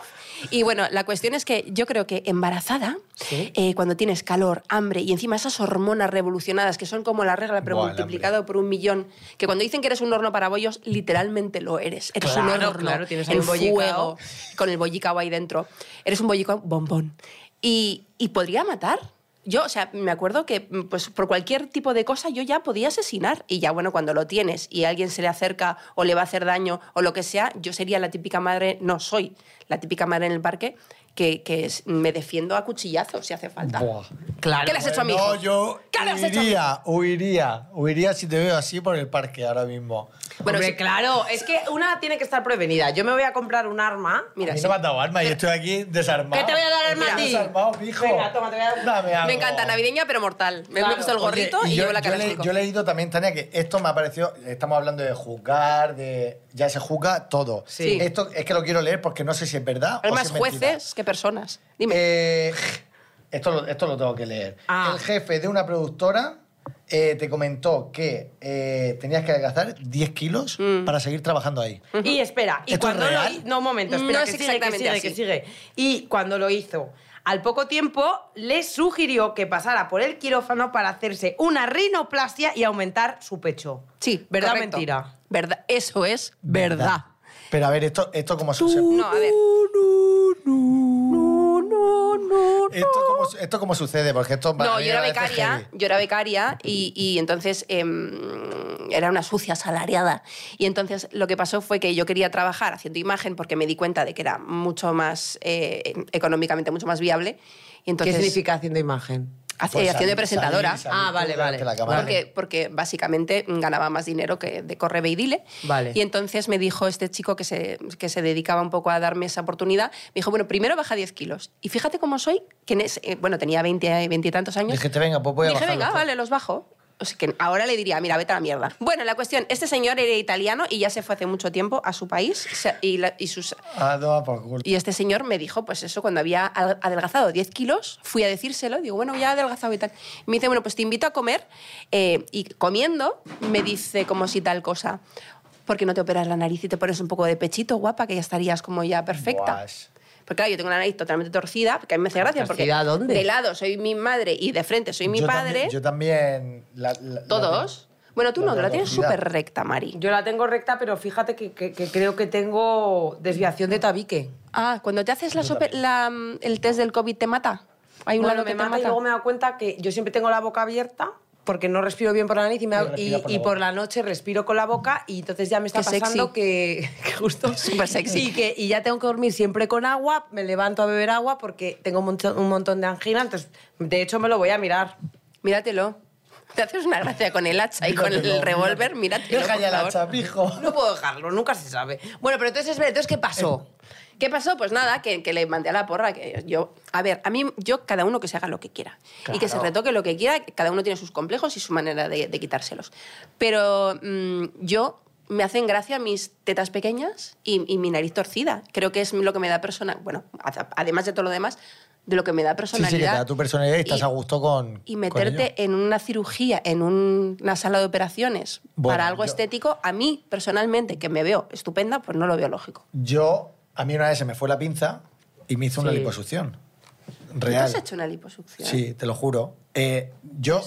S5: Y bueno, la cuestión es que yo creo que embarazada,
S2: Sí.
S5: eh, cuando tienes calor, hambre y encima esas hormonas revolucionadas que son como la regla, pero
S3: Buah, el
S5: multiplicado por un millón, que cuando dicen que eres un horno para bollos, literalmente lo eres. Eres un
S2: Claro,
S5: horno
S2: claro, tienes ahí
S5: en
S2: un bollicao.
S5: fuego, con el bollicao ahí dentro. Eres un bollicao bombón. Y, y podría matar. Yo, o sea, me acuerdo que mm, pues, por cualquier tipo de cosa yo ya podía asesinar. Y ya, bueno, cuando lo tienes y alguien se le acerca o le va a hacer daño o lo que sea, yo sería la típica madre, no soy la típica madre en el parque, que, que es- me defiendo a cuchillazos si hace falta.
S3: Buah.
S2: Claro.
S5: ¿Qué le has hecho a mi
S3: Eh, No,
S5: hijo?
S3: yo
S5: ¿Qué le has hecho a mi
S3: huiría, huiría, huiría si te veo así por el parque ahora mismo.
S5: Bueno,
S2: Hombre,
S5: sí.
S2: claro, es que una tiene que estar prevenida. Yo me voy a comprar un arma.
S5: Mira,
S3: a mí
S5: sí.
S3: no me has dado arma y estoy aquí desarmado.
S2: ¿Qué te voy a dar arma a
S3: Estoy
S2: ti?
S3: Desarmado, pijo.
S2: Venga, toma, te voy a dar-
S3: Dame algo.
S5: me encanta, navideña pero mortal. Me, me he
S2: Claro.
S5: puesto el
S3: Oye,
S5: gorrito y,
S3: yo-
S5: llevo la
S3: yo
S5: cara
S3: le- Yo le he leído también, Tania, que esto me ha parecido. Estamos hablando de juzgar, de. Ya se juzga todo.
S2: Sí.
S3: Esto es que lo quiero leer porque no sé si es verdad
S5: Hay
S3: o
S5: más
S3: si es mentira.
S5: jueces que personas. Dime.
S3: Eh, esto, lo, esto lo tengo que leer.
S2: Ah.
S3: El jefe de una productora eh, te comentó que eh, tenías que adelgazar 10 kilos
S5: Mm.
S3: para seguir trabajando ahí.
S2: Y espera, y
S3: ¿Esto es
S2: cuando lo
S3: real?
S2: hi- No, un momento, espera,
S5: No
S2: que
S5: es
S2: sigue, que
S5: exactamente
S2: sigue, que sigue. Y cuando lo hizo, al poco tiempo le sugirió que pasara por el quirófano para hacerse una rinoplastia y aumentar su pecho.
S5: sí,
S2: ¿verdad o
S5: correcto.
S2: mentira?
S5: Verdad. Eso es verdad.
S3: Pero a ver, esto, esto cómo se observa.
S5: No, a ver.
S3: Esto cómo, su- esto cómo sucede, porque esto para
S5: No,
S3: mí
S5: yo era
S3: a veces es
S5: becaria,
S3: heavy.
S5: yo era becaria y, y entonces em, era una sucia asalariada. Y entonces lo que pasó fue que yo quería trabajar haciendo imagen porque me di cuenta de que era mucho más, eh, económicamente mucho más viable. Y entonces,
S2: ¿Qué significa haciendo imagen?
S5: hac- eh,
S3: Pues
S5: haciendo de
S3: salir-
S5: presentadora.
S3: salir- salir
S2: Ah, vale,
S3: tú delante
S2: vale.
S3: de la cámara.
S5: Porque, porque básicamente ganaba más dinero que de corre ve y dile.
S2: Vale.
S5: Y entonces me dijo este chico que se, que se dedicaba un poco a darme esa oportunidad, me dijo, bueno, primero baja 10 kilos. Y fíjate cómo soy, que en ese- eh, bueno, tenía 20, 20 y tantos años.
S3: Dijiste, venga, pues voy a
S5: Dije,
S3: bajarlo
S5: venga,
S3: todo".
S5: vale, los bajo. O sea, que ahora le diría, mira, vete a la mierda. Bueno, la cuestión, este señor era italiano y ya se fue hace mucho tiempo a su país se- y, la- y sus...
S3: Ah, toma por culo.
S5: Y este señor me dijo, pues eso, cuando había al- adelgazado 10 kilos, fui a decírselo, digo, bueno, ya he adelgazado y tal. Y me dice, bueno, pues te invito a comer. eh, y comiendo, me dice como si tal cosa, porque no te operas la nariz y te pones un poco de pechito, guapa, que ya estarías como ya perfecta.
S3: Guas.
S5: Porque claro, yo tengo la nariz totalmente torcida, porque a mí me hace gracia. Porque
S2: ¿Torcida dónde?
S5: de lado soy mi madre y de frente soy mi
S3: Yo
S5: padre.
S3: también- yo también. la- la- la-
S5: Todos. Bueno, tú
S3: la
S5: no, tú la tienes
S3: velocidad.
S5: súper recta, Mari.
S2: Yo la tengo recta, pero fíjate que, que- que creo que tengo desviación de tabique.
S5: Ah, cuando te haces la sope- la, mm, el test del COVID te mata. Hay un
S2: Bueno,
S5: lado que
S2: me
S5: te
S2: mata
S5: mata.
S2: y luego me he dado cuenta que yo siempre tengo la boca abierta porque no respiro bien por la nariz y, me hago-
S3: respira
S2: y-
S3: por
S2: y
S3: la
S2: por la noche respiro con la boca y entonces ya me está
S5: Qué sexy.
S2: pasando que, que justo
S5: Súper sexy.
S2: y que y ya tengo que dormir siempre con agua me levanto a beber agua porque tengo un montón, un montón de angina entonces de hecho me lo voy a mirar
S5: Míratelo. Te haces una gracia con el hacha y con
S3: Míratelo,
S5: el revólver, míratelo.
S3: Deja
S5: por
S3: ya la
S5: favor.
S3: chapijo.
S2: no puedo dejarlo nunca se sabe bueno pero entonces espera, entonces qué pasó
S3: Eh.
S5: ¿Qué pasó? Pues nada, que, que le mandé a la porra. Que yo, a ver, a mí, yo, cada uno que se haga lo que quiera. Y que se retoque lo que quiera. que Cada uno tiene sus complejos y su manera de, de quitárselos. Pero mm, yo, me hacen gracia mis tetas pequeñas y, y mi nariz torcida. Creo que es lo que me da persona... Bueno, a- además de todo lo demás, de lo que me da
S3: Sí,
S5: personalidad.
S3: sí, que te da tu personalidad y estás
S5: Y-
S3: a gusto con.
S5: Y
S3: con ello.
S5: meterte en una cirugía, en un- una sala de operaciones
S3: Bueno,
S5: para algo
S3: yo-
S5: estético, a mí personalmente, que me veo estupenda, pues no lo veo lógico.
S3: Yo, a mí una vez se me fue la pinza y me hizo una
S2: Sí.
S3: liposucción.
S5: ¿Tú te
S3: Real.
S5: has hecho una liposucción?
S3: Sí, te lo juro. Eh, yo,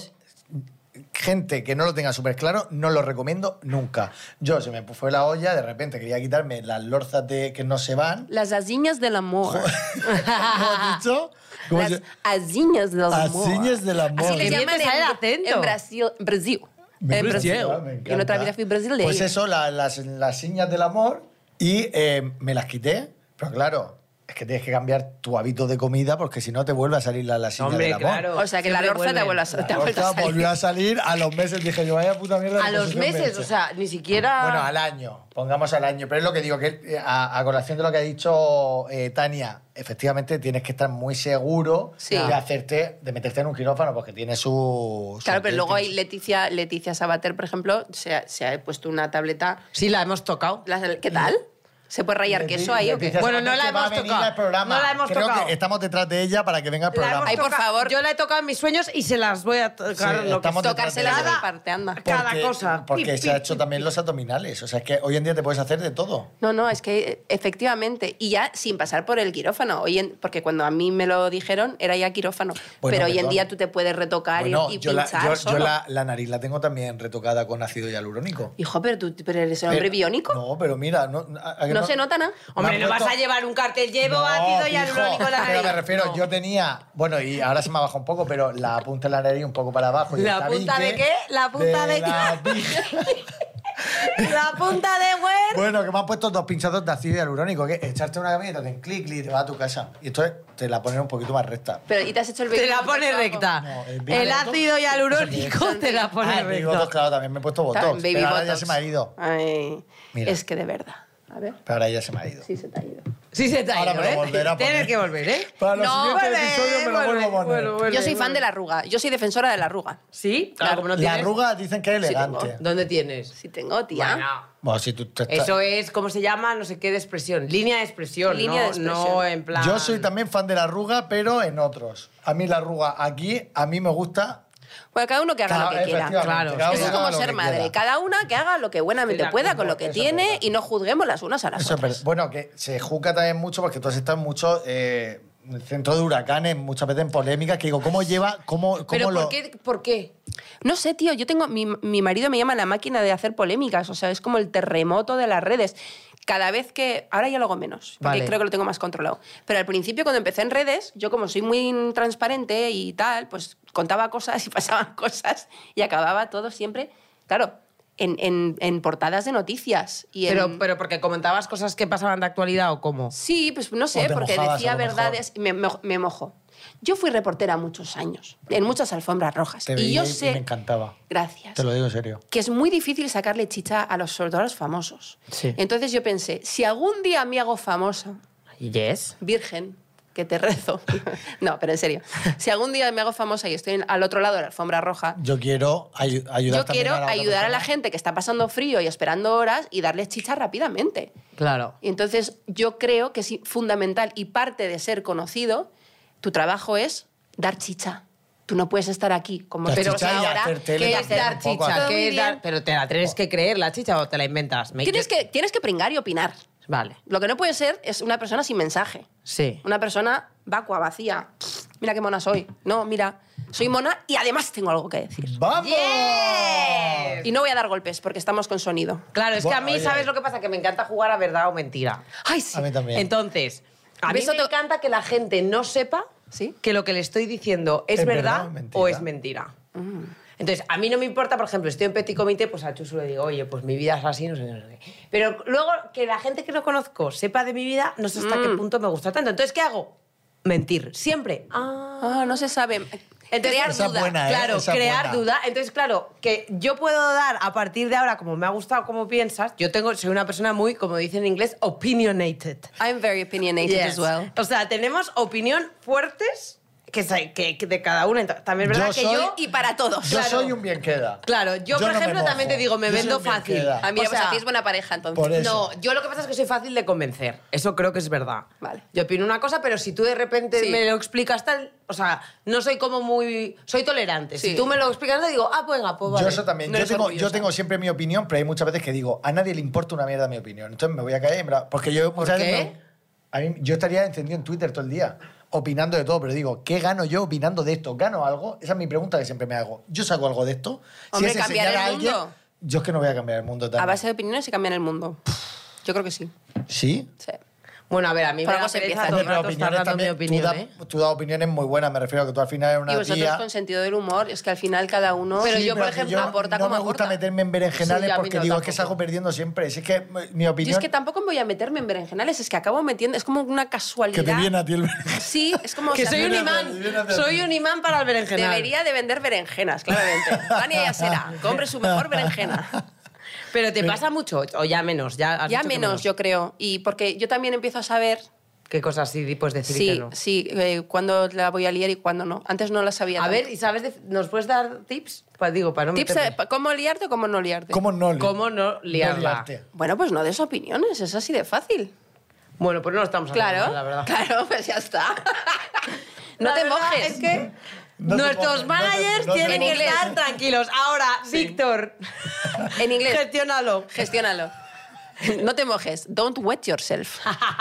S3: gente que no lo tenga súper claro, no lo recomiendo nunca. Yo se me fue la olla, de repente quería quitarme las lorzas de que no se van.
S5: Las asiñas del amor.
S3: ¿Cómo has dicho? ¿Cómo
S5: Ah. Las
S3: se-
S5: asiñas del amor.
S3: Asiñas del amor.
S5: Así le
S2: Qué bien
S5: llaman
S2: te
S5: en,
S2: sale el acento.
S5: en Brasil. en Brasil.
S3: Me
S5: En
S3: gusta,
S5: Brasil.
S3: me encanta.
S5: Yo en otra vida fui brasileña.
S3: Pues eso, la- las, las señas del amor y eh, me las quité, pero claro, es que tienes que cambiar tu hábito de comida porque si no te vuelve a salir la, la seña del amor.
S5: O sea, que la
S2: Siempre
S5: lorza
S2: vuelven.
S5: te ha vuelto a
S3: La
S5: te ha vuelto a
S3: torta
S5: salir.
S3: volvió a salir a los meses, dije yo, vaya puta mierda.
S2: a
S3: de
S2: los
S3: posición me he
S2: meses
S3: hecho.
S2: o sea ni siquiera
S3: Bueno,
S5: Ah.
S3: al año, pongamos al año, pero es lo que digo, que eh, a, a colación de lo que ha dicho eh, Tania, efectivamente tienes que estar muy seguro
S5: Sí.
S3: de hacerte, de meterte en un quirófano porque tiene su... su
S5: Claro, pero luego hay
S3: ambiente,
S5: Leticia, Leticia Sabater, por ejemplo, se ha- se ha puesto una tableta
S2: sí la hemos tocado
S5: Las- ¿Qué tal? ¿Se puede rayar
S3: Leti-
S5: queso ahí o qué?
S3: Leticia
S2: Bueno,
S3: Sabater
S2: no la
S3: que va
S2: hemos
S3: a venir
S2: tocado.
S3: al programa.
S2: No la hemos
S3: Creo
S2: tocado.
S3: que estamos detrás de ella para que venga al
S2: La hemos
S3: programa.
S5: Ay, por
S2: tocado.
S5: favor.
S2: Yo la he tocado en mis sueños y se las voy a tocar.
S3: Sí,
S2: lo que
S3: estamos
S2: sea.
S3: detrás de
S5: Tocárselas
S3: ella.
S5: de parte, anda.
S2: Por- cada cosa.
S3: Porque
S2: Pi,
S3: se
S2: pi,
S3: ha
S2: pi,
S3: hecho
S2: pi,
S3: también los abdominales. O sea, es que hoy en día te puedes hacer de todo.
S5: No, no, es que eh, efectivamente. Y ya sin pasar por el quirófano. Hoy en- porque cuando a mí me lo dijeron era ya quirófano.
S3: Bueno,
S5: Pero hoy en
S3: perdón.
S5: día tú te puedes retocar y-
S3: Bueno,
S5: y,
S3: yo, la,
S5: pinchar
S3: yo- yo
S5: solo.
S3: la- la nariz la tengo también retocada con ácido hialurónico.
S5: Hijo, pero tú pero eres un hombre
S3: Pero-
S5: biónico. No,
S3: Eh, No, pero mira, no, a- a que
S5: se nota nada.
S2: Hombre,
S3: Me
S2: no
S3: han
S2: vas
S3: puesto-
S2: a llevar un cartel. Llevo
S3: No,
S2: ácido y
S3: hijo,
S2: alurónico en la
S3: Pero me
S2: nariz.
S3: refiero,
S2: No.
S3: yo tenía, bueno, y ahora se me ha bajado un poco, pero la punta de la nariz un poco para abajo. y
S2: ¿La
S3: el
S2: punta de
S3: tabique
S2: qué? ¿La punta de qué?
S3: la pija.
S2: La punta de Wer.
S3: Bueno, que me han puesto dos pinchazos de ácido hialurónico, que es echarte una camioneta, te clic, clic, y te vas a tu casa. Y entonces te la ponen un poquito más recta.
S5: Pero, ¿Y te has hecho el
S2: Te la
S5: baby
S2: pone
S5: botox o algo?
S2: recta.
S3: No, el bigote-
S2: El ácido hialurónico
S5: Son-
S2: te la pone
S3: Ah, el
S2: recta.
S3: botox, claro, también me he puesto
S5: Claro,
S3: botox.
S5: baby
S3: Pero ahora ya
S5: botox.
S3: se me ha ido.
S5: Ay,
S3: Mira.
S5: es que de verdad. A ver,
S3: Pero ahora ya se me ha ido.
S5: sí se te ha ido.
S2: Sí se te ha
S3: Ahora
S2: ido,
S3: me lo
S2: ¿eh?
S3: volverá a poner.
S2: Tienes que volver, ¿eh?
S3: Para los
S5: No,
S3: siguientes
S2: vuelve,
S3: episodios me lo
S2: vuelve,
S3: vuelvo a poner.
S2: vuelve, vuelve.
S5: Yo soy fan de la arruga. Yo soy defensora de la arruga.
S2: ¿Sí? Claro, como no
S3: la
S2: tienes...
S3: arruga dicen que es
S5: tengo.
S3: elegante.
S2: ¿Dónde tienes?
S5: Si tengo, tía.
S2: Bueno,
S3: Bueno, si tú te estás-
S2: Eso es, ¿cómo se llama? No sé qué de expresión. Línea de expresión.
S5: Línea
S2: no,
S5: de expresión.
S2: No en plan...
S3: Yo soy también fan de la arruga, pero en otros. A mí la arruga aquí, a mí me gusta.
S5: Bueno, cada uno que haga
S3: Cada-
S5: lo que quiera.
S3: efectivamente,
S2: claro.
S3: cada
S5: Eso es
S3: uno
S5: como
S3: haga lo
S5: ser
S3: que
S5: madre.
S3: quiera.
S5: Cada una que haga lo que
S2: Estoy
S5: buenamente
S2: de
S5: pueda
S2: acuerdo,
S5: con lo que
S3: eso es
S5: tiene
S3: verdad.
S5: y no juzguemos las unas a las
S3: Eso es
S5: otras.
S3: verdad. Bueno, que se juzga también mucho porque tú has estado en muchos eh, centros de huracanes, muchas veces en polémicas, que digo, ¿cómo lleva? ¿Cómo, cómo
S2: ¿Pero
S3: lo...?
S2: por qué? ¿Por qué?
S5: No sé, tío, yo tengo. Mi, mi marido me llama la máquina de hacer polémicas, o sea, es como el terremoto de las redes. Cada vez que. Ahora ya lo hago menos, porque
S2: Vale.
S5: creo que lo tengo más controlado. Pero al principio, cuando empecé en redes, yo como soy muy transparente y tal, pues contaba cosas y pasaban cosas y acababa todo siempre, claro, en, en- en portadas de noticias. Y en-
S2: Pero, pero porque comentabas cosas que pasaban de actualidad o cómo.
S5: Sí, pues no
S3: O
S5: sé,
S3: te
S5: porque
S3: mojabas,
S5: decía
S3: a lo mejor.
S5: verdades. Me, me, me mojo. Yo fui reportera muchos años, en muchas alfombras rojas.
S3: Te
S5: y
S3: veía
S5: yo
S3: y- y
S5: sé.
S3: me encantaba.
S5: Gracias.
S3: Te lo digo en serio.
S5: Que es muy difícil sacarle chicha a los, sobre todo a los famosos.
S2: Sí.
S5: Entonces yo pensé, si algún día me hago famosa,
S2: Yes.
S5: virgen, que te rezo. no, pero en serio. Si algún día me hago famosa y estoy en- al otro lado de la alfombra roja,
S3: Yo quiero ayu- ayudar también
S5: yo quiero
S3: a la otra
S5: ayudar a la
S3: persona.
S5: gente que está pasando frío y esperando horas y darles chicha rápidamente.
S2: Claro.
S5: Y entonces yo creo que es fundamental y parte de ser conocido, tu trabajo es dar chicha. Tú no puedes estar aquí como
S3: Dar
S5: pero
S3: chicha y
S5: ahora.
S3: hacer tele
S5: que
S2: ¿Qué
S3: también
S2: es
S5: hacer
S2: dar
S3: un poco
S2: chicha?
S5: Todo
S2: ¿Qué
S5: muy
S2: es dar-
S5: bien.
S2: ¿Pero te la tienes que creer la chicha o te la inventas? Me-
S5: Tienes que, tienes que pringar y opinar.
S2: Vale.
S5: Lo que no puede ser es una persona sin mensaje.
S2: Sí.
S5: Una persona vacua, vacía. Mira qué mona soy. No, mira, soy mona y además tengo algo que decir.
S3: ¡Vamos!
S5: Y no voy a dar golpes porque estamos con sonido.
S2: Claro, es que a mí,
S3: Bueno, oye.
S2: ¿sabes lo que pasa? Que me encanta jugar a verdad o mentira.
S5: Ay, sí.
S3: A mí también.
S2: Entonces, a mí
S5: ¿Ves
S2: me
S5: otro-
S2: encanta que la gente no sepa
S5: ¿Sí?
S2: que lo que le estoy diciendo es,
S3: ¿Es verdad
S2: verdad,
S3: o
S2: o
S3: mentira?
S2: es mentira. Entonces, a mí no me importa, por ejemplo, estoy en petit comité, pues a Chusu le digo, oye, pues mi vida es así, no sé, no sé qué. Pero luego, que la gente que no conozco sepa de mi vida, no sé hasta qué punto me gusta tanto. Entonces, ¿qué hago? Mentir, siempre. Ah.
S5: Ah, no se sabe.
S2: Entonces,
S5: Crear
S3: Esa es
S5: duda.
S3: buena, ¿eh?
S2: Claro,
S3: Esa es
S2: crear
S3: buena.
S2: duda. Entonces, claro, que yo puedo dar a partir de ahora, como me ha gustado, como piensas, yo tengo, soy una persona muy, como dicen en inglés, opinionated.
S5: I'm very opinionated
S2: Yes.
S5: as well.
S2: O sea, tenemos opinión fuertes que, se- que- que de cada una. Entonces, También es
S3: Yo
S2: verdad que
S3: soy-
S2: yo...
S5: Y para todos.
S3: Yo
S2: Claro.
S3: soy un bien queda.
S2: Claro, yo, por
S3: no me
S2: ejemplo,
S3: mojo.
S2: también te digo, me
S3: Yo soy
S2: vendo
S3: un bien
S2: fácil.
S3: queda.
S5: Ah, mira,
S2: O
S5: pues
S2: sea,
S5: hacéis buena pareja entonces.
S3: Por eso.
S2: No, yo lo que pasa es que soy fácil de convencer. Eso creo que es verdad.
S5: Vale.
S2: Yo opino una cosa, pero si tú de repente
S5: Sí.
S2: me lo explicas tal... O sea, no soy como muy... Soy tolerante.
S5: Sí.
S2: Si tú me lo explicas, te digo, ah, pues venga, pues vale.
S3: Yo eso también.
S2: No
S3: yo,
S2: eres
S3: tengo, yo
S2: orgullosa.
S3: tengo siempre mi opinión, pero hay muchas veces que digo, a nadie le importa una mierda mi opinión. Entonces me voy a caer. en bra- Porque yo muchas
S2: qué?
S3: veces me- a mí- yo estaría encendido en Twitter todo el día, opinando de todo, pero digo, ¿qué gano yo opinando de esto? ¿Gano algo? Esa es mi pregunta que siempre me hago. ¿Yo saco algo de esto?
S5: Hombre,
S3: es
S5: cambiar
S3: enseñar
S5: el
S3: a alguien-
S5: mundo.
S3: Yo es que no voy a cambiar el mundo
S5: A
S3: también.
S5: base de opiniones se cambian el mundo. Yo creo que sí.
S3: ¿Sí?
S5: Sí.
S2: Bueno, a ver, a mí
S5: Por
S2: me
S5: algo
S2: da
S5: se
S2: pereza
S5: empieza.
S2: todo
S3: Hombre,
S2: el
S3: pero
S2: rato estar
S3: opiniones
S2: dando mi
S3: también,
S2: opinión,
S3: tú, da-
S2: ¿eh?
S3: tú das opiniones muy buenas, me refiero a que tú al final eres una
S5: Y vosotros
S3: tía...
S5: con sentido del humor, es que al final cada uno.
S2: Pero
S3: Sí,
S2: yo, por
S3: que
S2: ejemplo,
S5: aporta
S3: no
S5: como
S3: me gusta
S5: aporta.
S3: meterme en berenjenales
S2: Sí, a mí
S3: porque
S2: no,
S3: digo, es que
S2: tampoco.
S3: salgo perdiendo siempre. Si es que m- mi
S5: Yo
S3: opinión...
S5: es que tampoco me voy a meterme en berenjenales, es que acabo metiendo. Es como una casualidad.
S3: que te viene a ti el berenjenal.
S5: Sí, es como.
S2: Que
S5: o sea,
S2: soy un
S3: viene a
S2: imán,
S3: ti, viene a ti.
S2: soy un imán para el berenjenal.
S5: Debería de vender berenjenas, claramente. Vania ya será. Compre su mejor berenjena.
S2: Pero te pasa mucho, o ya menos, ya has
S5: Ya
S2: dicho que
S5: menos, yo creo. Y porque yo también empiezo a saber
S2: ¿Qué cosas sí puedes decir y
S5: sí,
S2: que no?
S5: sí, eh, cuándo la voy a liar y cuándo no. Antes no la sabía.
S2: A
S5: tanto.
S2: ver, ¿y sabes? de- ¿Nos puedes dar tips? Pa- digo, para no
S5: tips de
S2: meterme-
S5: pa- cómo liarte o cómo no liarte.
S3: ¿Cómo no? Lin?
S2: ¿Cómo no
S3: No
S2: liarla?
S3: liarte.
S5: Bueno, pues no des opiniones, es así de fácil.
S2: bueno, pues no lo estamos hablando,
S5: Claro,
S2: la verdad.
S5: claro, pues ya está. no
S2: La
S5: te
S2: verdad
S5: mojes.
S2: Es que
S3: No te mojes,
S2: nuestros
S3: no te-
S2: managers
S3: no te
S2: tienen que
S5: mojes.
S2: estar tranquilos. Ahora, Víctor,
S5: En inglés.
S2: gestiónalo.
S5: Gestiónalo. No te mojes. Don't wet yourself.
S2: Ah.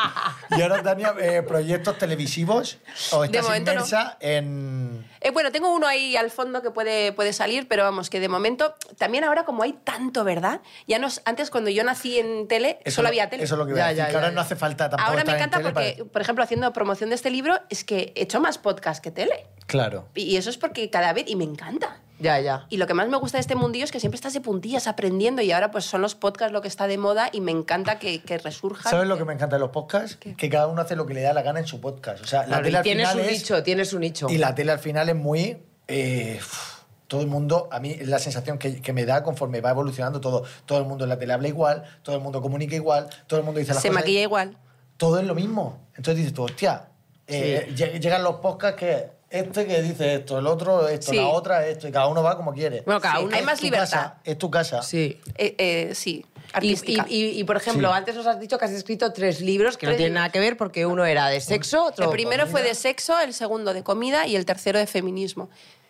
S3: Y ahora, Dania, eh, proyectos televisivos o
S5: De
S3: estás
S5: momento no.
S3: inmersa en...
S5: Eh, bueno, tengo uno ahí al fondo que puede, puede salir, pero vamos, que de momento, también ahora como hay tanto, ¿verdad? Ya nos, antes cuando yo nací en tele, solo
S3: lo-
S5: había tele.
S3: Eso es lo que voy a
S2: Ya,
S3: decir,
S2: ya,
S3: que
S2: ya,
S3: ahora
S2: ya.
S3: no hace falta tampoco
S5: Ahora me
S3: estar en
S5: encanta
S3: tele
S5: porque,
S3: para-
S5: por ejemplo, haciendo promoción de este libro, es que he hecho más podcast que tele.
S3: Claro.
S5: Y- Y eso es porque cada vez, y me encanta.
S2: Ya, ya.
S5: Y lo que más me gusta de este mundillo es que siempre estás de puntillas aprendiendo y ahora pues son los podcasts lo que está de moda y me encanta que, que resurjan.
S3: ¿Sabes lo que me encanta de los podcasts? Que cada uno hace lo que le da la gana en su podcast. O sea, la
S2: Claro,
S3: tele
S2: y
S3: al
S2: tienes
S3: final
S2: un
S3: es...
S2: nicho, tienes un nicho.
S3: Y la tele al final es muy... eh, uf, todo el mundo, a mí es la sensación que, que me da conforme va evolucionando todo. Todo el mundo en la tele habla igual, todo el mundo comunica igual, todo el mundo dice las
S5: Se
S3: cosas...
S5: maquilla igual.
S3: Todo es lo mismo. Entonces dices tú, hostia, eh, lleg- llegan los podcasts que este que dice esto, el otro esto,
S5: Sí.
S3: la otra esto, y cada uno va como quiere.
S2: Bueno, cada
S5: Sí,
S2: uno.
S5: hay más
S3: tu
S5: libertad.
S3: casa, es tu casa.
S2: Sí.
S5: Eh, eh, sí,
S2: Y, y,
S5: artística.
S2: y- y, por ejemplo,
S3: Sí.
S2: antes nos has dicho que has escrito tres libros que no
S5: Tres
S2: tienen
S5: libros.
S2: nada que ver porque uno era de sexo, otro.
S5: el primero fue de sexo, el segundo de comida y el tercero de feminismo.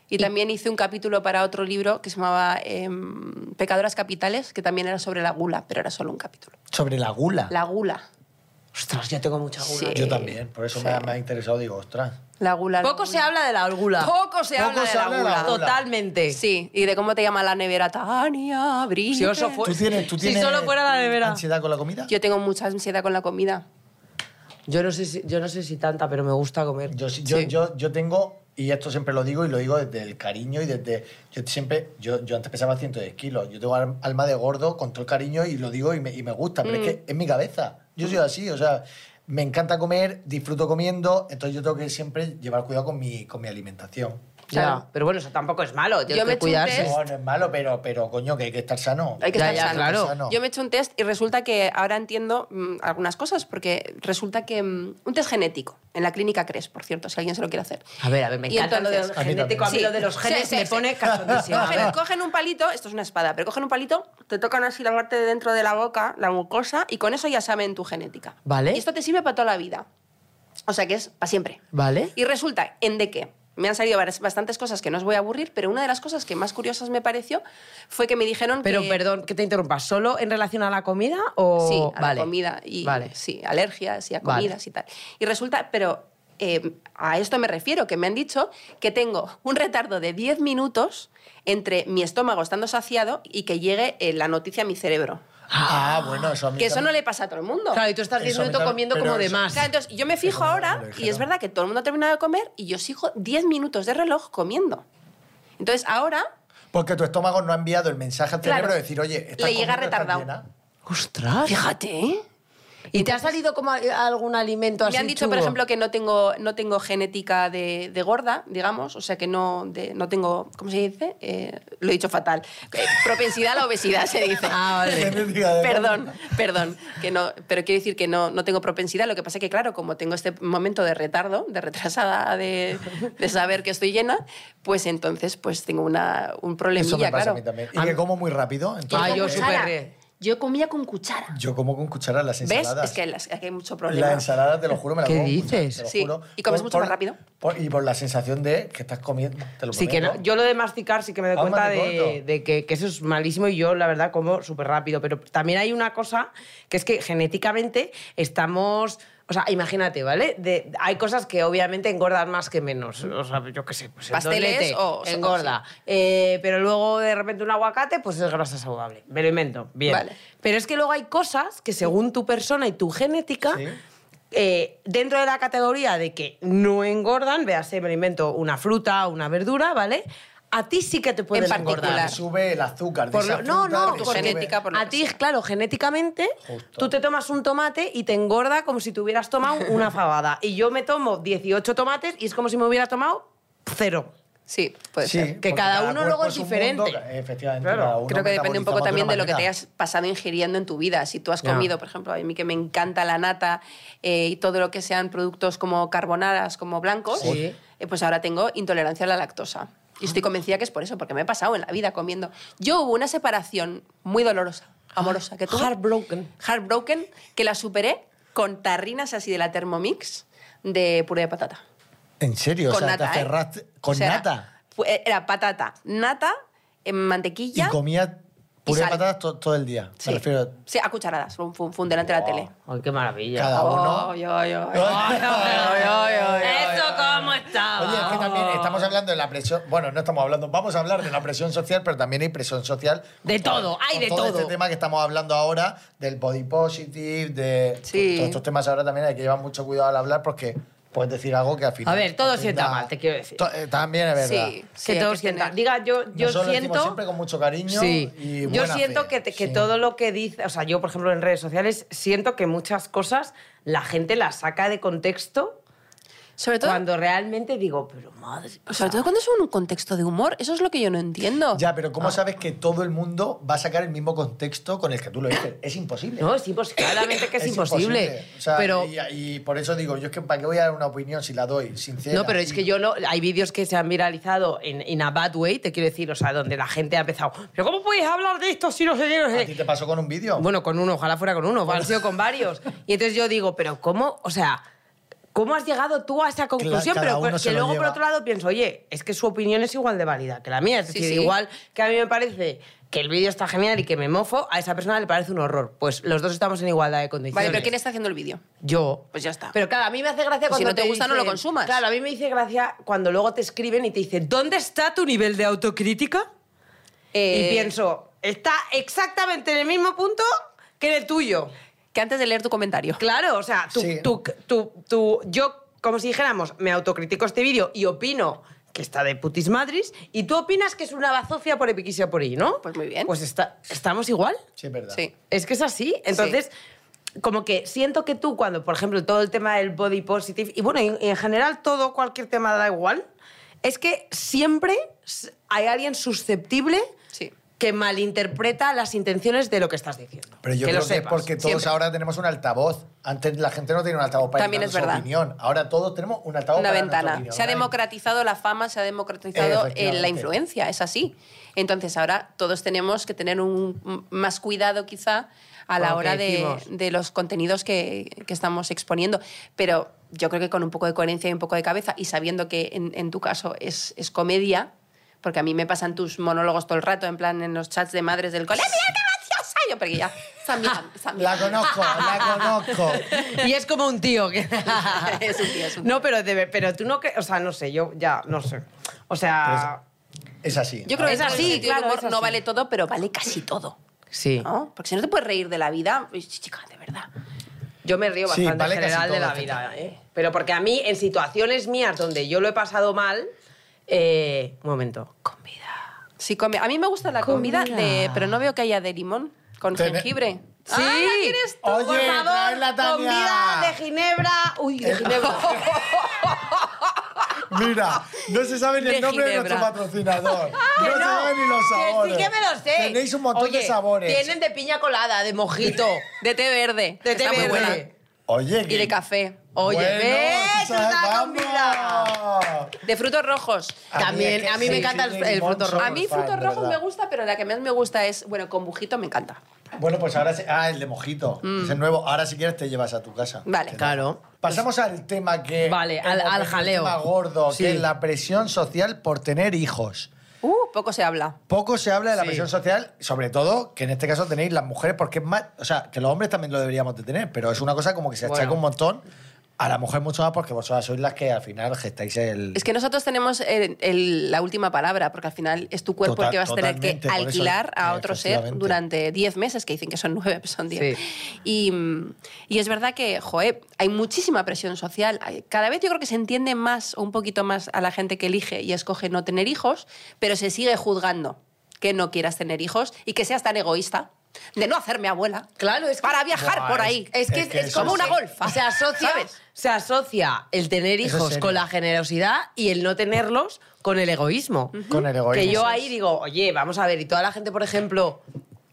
S5: Y, también hice un capítulo para otro libro que se llamaba em, Pecadoras Capitales, que también era sobre la gula, pero era solo un capítulo.
S3: Sobre la gula.
S5: La gula.
S2: Ostras, yo tengo mucha gula.
S5: Sí.
S3: Yo también, por eso me, ha- me ha interesado, digo, ostras.
S5: La gula. la
S2: Poco se
S5: gula.
S2: habla de la gula.
S5: Poco se
S3: Poco
S5: habla de
S3: se
S5: la
S3: habla de la
S5: gula.
S3: gula.
S2: Totalmente.
S5: Sí, y de cómo te llama la nevera Tania, brilla.
S2: Si oso fue-
S3: ¿Tú tienes, tú
S2: si
S3: tienes
S2: Pues, solo fuera la nevera.
S3: ansiedad con la comida?
S5: Yo tengo mucha ansiedad con la comida.
S2: Yo no sé si, yo no sé si tanta, pero me gusta comer.
S3: Yo, sí- yo,
S2: Sí.
S3: yo, yo tengo, y esto siempre lo digo y lo digo desde el cariño y desde. Yo siempre, yo, yo antes pesaba 110 kilos. Yo tengo al- alma de gordo con todo el cariño y lo digo y me, y me gusta, pero
S5: Mm.
S3: es que es mi cabeza. Yo soy así, o sea, me encanta comer, disfruto comiendo, entonces yo tengo que siempre llevar cuidado con mi, con mi alimentación.
S2: Ya,
S5: Claro.
S2: pero bueno, eso tampoco es malo. Tienes
S5: Yo
S2: que
S5: me eché un
S2: cuidarse.
S5: test.
S3: No, no es malo, pero, pero coño, que hay que estar sano.
S5: Hay que
S2: Ya,
S5: estar
S2: ya,
S5: sano.
S2: claro.
S3: Sano.
S5: Yo me he hecho un test y resulta que ahora entiendo mm, algunas cosas, porque resulta que mm, un test genético, en la clínica CRES, por cierto, si alguien se lo quiere hacer.
S2: A ver, a ver, me
S5: Y
S2: encanta
S5: entonces-
S2: lo
S3: A
S2: de
S3: mí
S2: genético, a mí
S5: Sí,
S2: lo de los
S5: sí,
S2: genes
S5: sí,
S2: me
S5: sí.
S2: pone cachondísimo. A
S5: Cogen,
S2: ver.
S5: cogen un palito, esto es una espada, pero cogen un palito, te tocan así la parte de dentro de la boca, la mucosa, y con eso ya saben tu genética.
S2: Vale.
S5: Y esto te sirve para toda la vida. O sea que es para siempre.
S2: ¿Vale?
S5: Y resulta en de que Me han salido varias- bastantes cosas que no os voy a aburrir, pero una de las cosas que más curiosas me pareció fue que me dijeron
S2: Pero
S5: que...
S2: perdón, que te interrumpa, ¿solo en relación a la comida o
S5: Sí, a
S2: Vale.
S5: la comida y
S2: Vale.
S5: sí, alergias y a
S2: Vale.
S5: comidas y tal. Y resulta, pero eh, a esto me refiero, que me han dicho que tengo un retardo de 10 minutos entre mi estómago estando saciado y que llegue eh, la noticia a mi cerebro.
S3: Ah, bueno, eso a mí
S5: Que eso no
S3: también.
S5: le pasa a todo el mundo.
S2: Claro, y tú estás 10
S3: Eso me
S2: minutos
S3: tam-
S2: comiendo
S3: pero
S2: como de
S3: eso-
S2: más.
S5: Claro, entonces yo me fijo
S3: Pero no,
S5: ahora
S3: lo dijeron.
S5: y es verdad que todo el mundo ha terminado de comer y yo sigo 10 minutos de reloj comiendo. Entonces ahora
S3: Porque tu estómago no ha enviado el mensaje al
S5: Claro.
S3: cerebro de decir, oye, estás
S5: Le
S3: comiendo,
S5: llega
S3: estás
S5: retardado.
S3: llena.
S2: ¡Ostras!
S5: Fíjate, ¿eh?
S2: ¿Y te ha salido como a- algún alimento así
S5: Me han dicho, por
S2: chungo?
S5: ejemplo, que no tengo, no tengo genética de, de gorda, digamos, o sea que no, de- no tengo, ¿cómo se dice? Eh, lo he dicho fatal. Eh, propensidad a la obesidad se dice.
S2: Ah, vale.
S3: Genética de-
S5: Perdón, perdón, que no, pero quiero decir que no, no tengo propensidad. Lo que pasa es que, claro, como tengo este momento de retardo, de retrasada, de, de saber que estoy llena, pues entonces pues tengo una, un
S3: Eso
S5: problemilla,
S3: me pasa
S5: claro.
S3: a mí también. Y
S2: A
S3: que
S2: mí-
S3: como muy rápido. Entonces,
S2: Ah, yo
S3: pues,
S2: súper re.
S1: Yo comía con cuchara.
S3: yo como con cucharas las
S5: ¿Ves?
S3: ensaladas.
S5: Es que las- aquí hay mucho problema.
S3: Las ensaladas, te lo juro, me las
S2: ¿Qué
S3: como con
S2: dices?
S3: cucharas, te lo
S5: Sí,
S3: juro.
S5: y comes mucho más rápido.
S3: por- y por la sensación de que estás comiendo. Te lo
S2: Sí que no-
S3: prometo.
S2: yo lo de masticar sí que me doy
S3: Ah, un
S2: cuenta de,
S3: masticorto.
S2: de que, que eso es malísimo y yo la verdad como súper rápido, pero también hay una cosa que es que genéticamente estamos, o sea, imagínate, ¿vale? De- hay cosas que obviamente engordan más que menos, o sea, yo qué sé, pues el
S5: Pasteles
S2: doblete
S5: o-
S2: engorda, Eh, pero luego de repente un aguacate pues es grasa saludable, me lo invento, bien.
S5: Vale.
S2: Pero es que luego hay cosas que según tu persona y tu genética...
S3: Sí.
S2: Eh, dentro de la categoría de que no engordan, véase, me lo invento una fruta, una verdura, ¿vale? A ti sí que te pueden
S5: particular.
S2: engordar.
S3: Te sube el azúcar. de
S2: Por
S3: esa
S2: lo- no,
S3: fruta,
S2: no,
S3: te
S5: tu
S2: porque
S3: sube-
S5: genética, por lo
S2: a
S5: que
S2: ti,
S5: sea.
S2: claro, genéticamente,
S3: Justo.
S2: tú te tomas un tomate y te engorda como si te hubieras tomado una fabada. Y yo me tomo 18 tomates y es como si me hubiera tomado cero.
S5: Sí, puede
S3: Sí,
S5: ser.
S2: que
S3: porque
S2: cada uno luego
S3: cuerpo
S2: es
S3: un
S2: diferente.
S3: mundo, efectivamente,
S2: Claro,
S3: cada uno
S5: Creo que depende un poco
S3: metabolizamos
S5: también de lo que
S3: una
S5: te
S3: manera.
S5: hayas pasado ingiriendo en tu vida. Si tú has
S2: Ya.
S5: comido, por ejemplo, a mí que me encanta la nata eh, y todo lo que sean productos como carbonadas, como blancos,
S2: Sí.
S5: eh, pues ahora tengo intolerancia a la lactosa. Y estoy convencida que es por eso, porque me he pasado en la vida comiendo. Yo hubo una separación muy dolorosa, amorosa,
S2: Ah,
S5: que tuve.
S2: Heartbroken.
S5: Heartbroken, que la superé con tarrinas así de la Thermomix de puré de patata
S3: ¿En serio?
S5: con
S3: o sea, te
S5: nata. ¿eh?
S3: aferraste con
S5: O sea,
S3: nata.
S5: fu- Era patata, nata, en
S3: Y
S5: mantequilla.
S3: comías puré de
S5: Y sal.
S3: patatas to- todo el día.
S5: sí,
S3: Me refiero.
S5: sí, a cucharadas, fum, fum, fum, delante de la tele.
S2: Ay, qué maravilla.
S3: Cada uno.
S5: Ay, ay, ay.
S2: ¿Eso cómo está?
S3: Oye, es que
S2: Ah.
S3: también estamos hablando de la presión. Bueno, no estamos hablando. Vamos a hablar de la presión social, pero también hay presión social.
S2: De todo, hay
S3: con
S2: de
S3: todo.
S2: todo.
S3: este tema que estamos hablando ahora, del body positive, de.
S5: Sí.
S3: Todos estos temas ahora también hay que llevar mucho cuidado al hablar porque puedes decir algo que al final.
S2: A ver, todo sienta
S3: ofenda.
S2: mal, te quiero decir.
S3: To- eh, también es verdad.
S5: Sí, sí,
S2: que
S5: hay
S2: todos
S5: tener-
S2: sientan. Diga, yo, yo
S3: Nosotros lo decimos
S2: siento.
S3: siempre con mucho cariño
S2: Sí.
S3: y
S2: yo
S3: buena
S2: siento
S3: fe,
S2: que, te- que
S3: sí.
S2: todo lo que dice. O sea, yo, por ejemplo, en redes sociales siento que muchas cosas la gente las saca de contexto
S5: Sobre todo,
S2: cuando realmente digo, pero madre.
S5: sobre todo cuando es un contexto de humor, eso es lo que yo no entiendo.
S3: Ya, pero
S2: Ah.
S3: ¿cómo sabes que todo el mundo va a sacar el mismo contexto con el que tú lo dices? Es imposible.
S2: No, es imposible. Claramente que es, imposible.
S3: O sea,
S2: pero.
S3: y, y por eso digo, yo es que ¿para qué voy a dar una opinión si la doy sincera?
S2: No, pero es que yo no. Hay vídeos que se han viralizado en in a bad way, te quiero decir, o sea, donde la gente ha empezado. ¿Pero cómo podéis hablar de esto si no se
S3: ¿A ti te pasó con un vídeo?
S2: Bueno, con uno, ojalá fuera con uno, han sido con varios. Y entonces yo digo, pero ¿cómo? O sea, ¿cómo has llegado tú a esa conclusión?
S3: cada
S2: Pero
S3: uno
S2: que,
S3: se lo
S2: luego, por
S3: lleva.
S2: otro lado, pienso, oye, es que su opinión es igual de válida que la mía. Es
S5: Sí,
S2: decir,
S5: sí.
S2: igual que a mí me parece que el vídeo está genial y que me mofo, a esa persona le parece un horror. Pues los dos estamos en igualdad de condiciones.
S5: Vale, pero ¿quién está haciendo el vídeo?
S2: Yo.
S5: Pues ya está.
S2: Pero claro, a mí me hace gracia
S5: Pues si
S2: cuando
S5: no te gusta, no lo
S2: dicen-
S5: consumas.
S2: Claro, a mí me dice gracia cuando luego te escriben y te dicen, ¿dónde está tu nivel de autocrítica?
S5: Eh,
S2: Y pienso, está exactamente en el mismo punto que en el tuyo.
S5: que antes de leer tu comentario.
S2: Claro, o sea, tú,
S3: Sí.
S2: tú- tú- tú- yo, como si dijéramos, me autocritico este vídeo y opino que está de putis madris, y tú opinas que es una bazofia por epiquicia por ahí, ¿no?
S5: Pues muy bien.
S2: Pues está, estamos igual.
S3: Sí, es verdad.
S5: Sí.
S2: Es que es así. Entonces, como que siento que tú, cuando, por ejemplo, todo el tema del body positive, y bueno, en, en general todo, cualquier tema da igual, es que siempre s- hay alguien susceptible
S5: Sí.
S2: que malinterpreta las intenciones de lo que estás diciendo.
S3: Pero yo
S2: que
S3: creo
S2: lo
S3: que es
S2: sepas.
S3: porque todos
S2: siempre.
S3: ahora tenemos un altavoz. Antes la gente no tenía un altavoz para
S5: También
S3: dar
S5: es
S3: su
S5: verdad.
S3: opinión. Ahora todos tenemos un altavoz
S5: una
S3: para nuestra
S5: ventana.
S3: opinión,
S5: Se ha
S3: una-
S5: democratizado la fama, se ha democratizado eh, la
S3: Efectivamente.
S5: influencia, es así. Entonces ahora todos tenemos que tener un, un- más cuidado quizá a la
S2: Con lo que
S5: hora de,
S2: decimos.
S5: de los contenidos que, que estamos exponiendo. Pero yo creo que con un poco de coherencia y un poco de cabeza y sabiendo que en, en tu caso es, es comedia, porque a mí me pasan tus monólogos todo el rato, en plan en los chats de madres del colegio. ¡Mira qué graciosa! Yo, porque ya, esa amiga- esa amiga.
S3: La conozco, la conozco.
S2: Y es como un tío que...
S5: Es un tío, es un tío.
S2: No, pero, debe- pero tú no... cre- O sea, no sé, yo ya, no sé. O sea...
S3: Pues, Es así.
S5: Yo creo que
S2: Es
S5: en el
S2: así,
S5: sentido del
S2: claro,
S5: humor
S2: es así.
S5: no vale todo, pero vale casi todo.
S2: Sí.
S5: ¿no? Porque si no te puedes reír de la vida, pues, chica, de verdad.
S2: Yo me río
S3: Sí,
S2: bastante
S3: vale
S2: en
S3: casi
S2: general de
S3: todo,
S2: la vida, ¿eh? Pero porque a mí, en situaciones mías donde yo lo he pasado mal... eh, un momento. Comida.
S5: Sí, come. A mí me gusta la comida,
S2: Comida.
S5: de, pero no veo que haya de limón con
S3: Tene-
S5: jengibre.
S2: Sí.
S5: Ah, ¿la quieres tú?
S3: Oye,
S2: Por favor,
S3: tráela, Tania.
S2: comida de ginebra... Uy, de ginebra.
S3: Mira, no se sabe ni
S5: De
S3: el nombre de
S5: Ginebra.
S3: nuestro patrocinador. No
S2: Que
S3: se saben ni los sabores.
S2: Que sí que me lo sé.
S3: Tenéis un montón de
S2: Oye,
S3: sabores.
S2: Tienen de piña colada, de mojito,
S5: De té verde.
S2: de té
S5: Está muy
S2: verde.
S5: buena.
S3: Oye,
S5: Y de
S3: que-
S5: café.
S2: Oye,
S3: Bueno,
S2: ve,
S3: tú
S2: tú
S3: sabes-
S2: estás
S3: ¡Vamos!
S2: combinada.
S5: De frutos rojos.
S3: A mí
S2: También,
S3: es que
S2: a mí me
S3: sí,
S2: encanta
S3: sí,
S2: el-
S3: de
S2: el
S3: limón
S2: fruto
S3: soy
S2: rojo.
S5: A mí
S3: fan,
S5: frutos
S3: de
S5: rojos
S3: verdad.
S5: me gusta, pero la que más me gusta es, bueno, con bujito me encanta.
S3: Bueno, pues ahora... se- Ah, el de mojito. Es el nuevo. Ahora si quieres te llevas a tu casa.
S5: Vale.
S3: Te-
S2: Mm. Claro.
S3: Pasamos al tema que...
S2: Vale,
S3: como
S2: al- al
S3: el
S2: jaleo.
S3: tema gordo,
S2: Sí.
S3: que es la presión social por tener hijos.
S5: Uh, poco se habla.
S3: Poco se habla de la
S2: Sí.
S3: presión social, sobre todo que en este caso tenéis las mujeres, porque es más. O sea, que los hombres también lo deberíamos de tener, pero es una cosa como que se
S2: Bueno.
S3: achaca un montón a la mujer mucho más porque vosotras sois las que al final gestáis el.
S5: Es que nosotros tenemos el- el- la última palabra, porque al final es tu cuerpo
S3: Total-
S5: el que vas a tener que
S3: Tota- totalmente, por eso,
S5: alquilar a
S3: eh,
S5: otro ser
S3: efectivamente.
S5: durante 10 meses, que dicen que son 9, pero son 10.
S2: Sí.
S5: Y, mm, y es verdad que, joe, hay muchísima presión social. Hay- Cada vez yo creo que se entiende más o un poquito más a la gente que elige y escoge no tener hijos, pero se sigue juzgando que no quieras tener hijos y que seas tan egoísta de no hacerme abuela.
S2: Claro, es que-
S5: Para viajar
S3: Buah,
S5: por
S3: es-
S5: ahí.
S2: Es que
S3: Es
S2: es,
S3: que
S2: es
S3: eso
S2: como
S3: es
S2: una
S3: serio.
S2: golfa. Se asocia,
S5: ¿Sabes?
S2: se asocia el tener
S3: Eso es
S2: hijos
S3: serio.
S2: con la generosidad y el no tenerlos con el egoísmo.
S3: Con el egoísmo.
S2: Que yo ahí digo, oye, vamos a ver, y toda la gente, por ejemplo,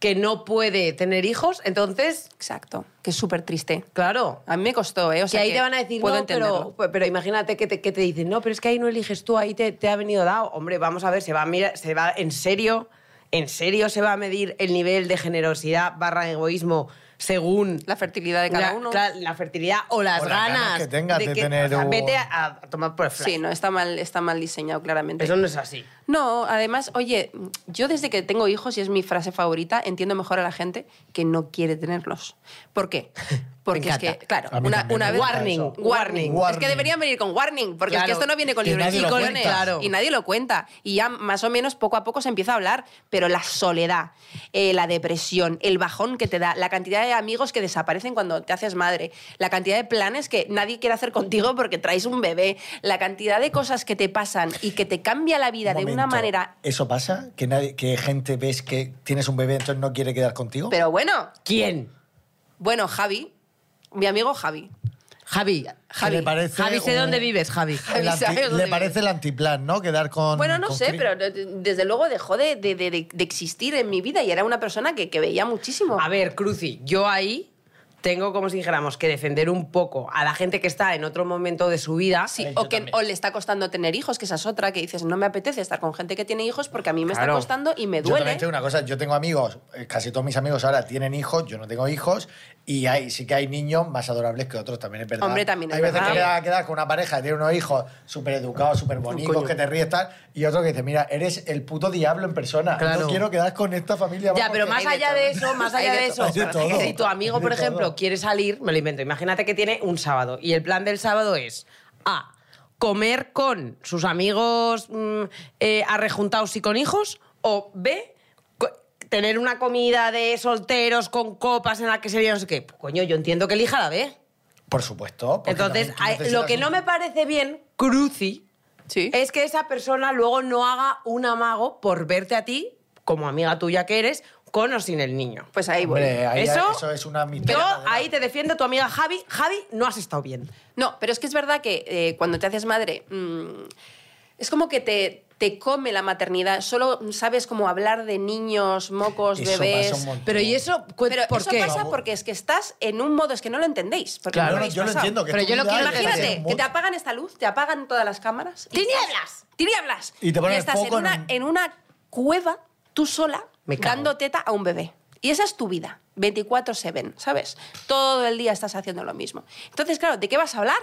S2: que no puede tener hijos, entonces,
S5: Exacto, que es súper triste.
S2: claro.
S5: A mí me costó, ¿eh? O sea,
S2: Ah, que ahí te van a decir,
S5: puedo
S2: no,
S5: entenderlo.
S2: pero, pero imagínate que te, que te dicen, no, pero es que ahí no eliges tú, ahí te, te ha venido dado. Hombre, vamos a ver, se va a mirar- se va en serio, en serio se va a medir el nivel de generosidad barra egoísmo según
S5: La fertilidad de cada
S2: la,
S5: uno.
S2: cla- la fertilidad o las,
S3: O las ganas que tengas de tener
S2: o sea,
S3: un-
S2: vete a, a tomar por el fly.
S5: Sí, no, está mal, está mal diseñado claramente.
S2: Eso no es así.
S5: No, además, oye, yo desde que tengo hijos, y es mi frase favorita, entiendo mejor a la gente que no quiere tenerlos. ¿Por qué? Porque es que,
S2: encanta.
S5: claro,
S3: A mí
S5: una,
S3: también
S5: una
S3: me
S5: vez.
S3: gusta
S2: Warning,
S3: eso.
S5: Warning. Es que
S3: Warning.
S5: deberían venir con warning, porque es que
S2: Claro,
S5: esto no viene con
S3: que
S5: libros
S3: nadie
S5: y
S3: lo
S5: colores.
S3: cuenta.
S2: Claro.
S5: Y nadie lo cuenta. Y ya más o menos poco a poco se empieza a hablar, pero la soledad, eh, la depresión, el bajón que te da, la cantidad de amigos que desaparecen cuando te haces madre, la cantidad de planes que nadie quiere hacer contigo porque traes un bebé, la cantidad de cosas que te pasan y que te cambia la vida de una
S3: momento.
S5: manera.
S3: ¿Eso pasa? ¿Que, nadie, ¿Que gente ves que tienes un bebé entonces no quiere quedar contigo?
S5: Pero bueno,
S2: ¿Quién?
S5: bueno, Javi, mi amigo Javi.
S2: Javi.
S5: Javi.
S3: Que le parece
S2: Javi, sé
S3: un-
S2: dónde vives, Javi.
S3: el anti-
S5: ¿sabes dónde
S3: le parece
S5: vive?
S3: el antiplan, ¿no? Quedar con.
S5: Bueno, no
S3: con
S5: sé,
S3: cri-
S5: pero eh, desde luego dejó de, de- de- de- de existir en mi vida y era una persona que, que veía muchísimo.
S2: A ver, Cruci, yo ahí tengo, como si dijéramos, que defender un poco a la gente que está en otro momento de su vida.
S5: Sí,
S3: Ay, yo
S5: o, que,
S3: también.
S5: o le está costando tener hijos, que esa es otra, que dices, no me apetece estar con gente que tiene hijos porque a mí me
S2: Claro.
S5: está costando y me
S3: Yo
S5: duele.
S3: también tengo una cosa, yo tengo amigos, eh, casi todos mis amigos ahora tienen hijos, yo no tengo hijos, y hay, sí que hay niños más adorables que otros, también es verdad.
S5: Hombre, también es
S3: Hay veces
S5: verdad.
S3: que quedas, quedas con una pareja que tiene unos hijos súper educados, súper bonitos, que te ríes tal, y otro que dice, mira, eres el puto diablo en persona,
S2: Claro.
S3: no quiero quedar con esta familia.
S2: Ya,
S3: vamos,
S2: pero
S3: que-
S2: más
S5: hay de
S2: allá de
S5: todo.
S2: eso, más
S5: Hay
S2: allá
S5: de
S2: de eso,
S5: todo.
S3: Hay de todo.
S2: si tu amigo, por
S3: Hay de
S2: ejemplo,
S3: todo.
S2: quiere salir, me lo invento, imagínate que tiene un sábado y el plan del sábado es A, comer con sus amigos mm, eh, arrejuntados y con hijos, o B, co- tener una comida de solteros con copas en la que sería no sé qué. Pues, Coño, yo entiendo que elija la B.
S3: Por supuesto. porque
S2: Entonces,
S3: también tú
S2: hay- lo
S3: necesitas
S2: que
S3: un-
S2: no me parece bien, cruci,
S5: Sí.
S2: es que esa persona luego no haga un amago por verte a ti, como amiga tuya que eres, con o sin el niño.
S5: Pues ahí voy.
S3: Hombre, ahí-
S2: Eso-
S3: eso, es una amistad
S2: Yo
S3: verdadera.
S2: ahí te defiendo, tu amiga Javi. Javi, no has estado bien.
S5: No, pero es que es verdad que eh, cuando te haces madre, mm, es como que te, te come la maternidad. Solo sabes cómo hablar de niños, mocos,
S3: Eso
S5: bebés.
S3: pasa un montón.
S2: Pero ¿y eso cu-
S5: Pero
S2: por
S5: eso
S2: qué?
S5: pasa porque es que estás en un modo, es que no lo entendéis. Porque
S3: Claro,
S5: no lo
S3: no,
S5: habéis
S3: yo lo
S5: pasado.
S3: entiendo. Que
S6: Pero
S3: tú
S6: yo lo que
S3: ya-
S5: Imagínate,
S3: es
S5: que te
S3: mucho.
S5: apagan esta luz, te apagan todas las cámaras. y-
S2: ¡Tinieblas!
S5: ¡Tinieblas!
S3: Y te ponen el
S5: estás
S3: foco
S5: en,
S3: en
S5: una,
S3: un-
S5: en una cueva, tú sola,
S2: Me cago.
S5: dando teta a un bebé. Y esa es tu vida, 24-7, ¿sabes? Todo el día estás haciendo lo mismo. Entonces, claro, ¿de qué vas a hablar?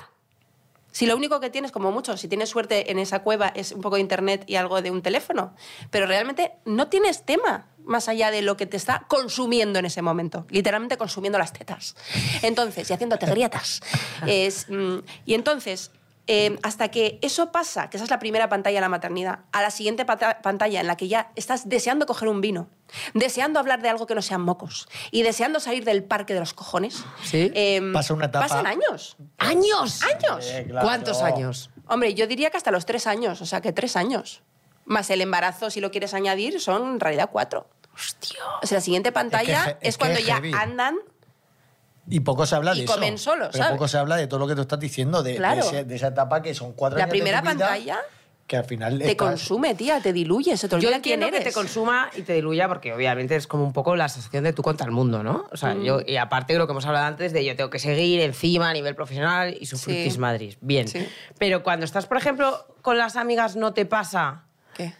S5: Si lo único que tienes, como mucho, si tienes suerte en esa cueva, es un poco de internet y algo de un teléfono. Pero realmente no tienes tema más allá de lo que te está consumiendo en ese momento. Literalmente consumiendo las tetas. Entonces, y haciéndote grietas. Es, mm, y entonces, eh, hasta que eso pasa, que esa es la primera pantalla de la maternidad, a la siguiente pata- pantalla en la que ya estás deseando coger un vino, deseando hablar de algo que no sean mocos y deseando salir del parque de los cojones.
S2: Sí.
S5: em,
S3: Pasa una etapa-
S5: Pasan años.
S2: ¡Años!
S5: ¡Años!
S3: Eh, claro.
S2: ¿Cuántos años?
S5: Hombre, yo diría que hasta los tres años, o sea que tres años. Más el embarazo, si lo quieres añadir, son en realidad cuatro. Hostia. O sea, la siguiente pantalla es,
S3: he- es que
S5: cuando
S3: es
S5: ya
S3: heavy.
S5: andan.
S3: Y poco se habla
S5: Y
S3: de eso.
S5: comen solos,
S3: Pero
S5: ¿sabes?
S3: poco se habla de todo lo que tú estás diciendo, de, de
S5: Claro.
S3: ese- de esa etapa que son cuatro
S5: La
S3: años de tu
S5: primera
S3: vida,
S5: pantalla
S3: que al final
S5: Te consume, tía, te diluye, se te
S2: Yo
S5: olvida quién
S2: entiendo
S5: eres.
S2: que te consuma y te diluya porque obviamente es como un poco la asociación de tú contra el mundo, ¿no? O sea, yo, y aparte de lo que hemos hablado antes de yo tengo que seguir encima a nivel profesional y sufrir
S5: Sí.
S2: Madrid. Bien.
S5: Sí.
S2: Pero cuando estás, por ejemplo, con las amigas no te pasa,
S5: ¿Qué?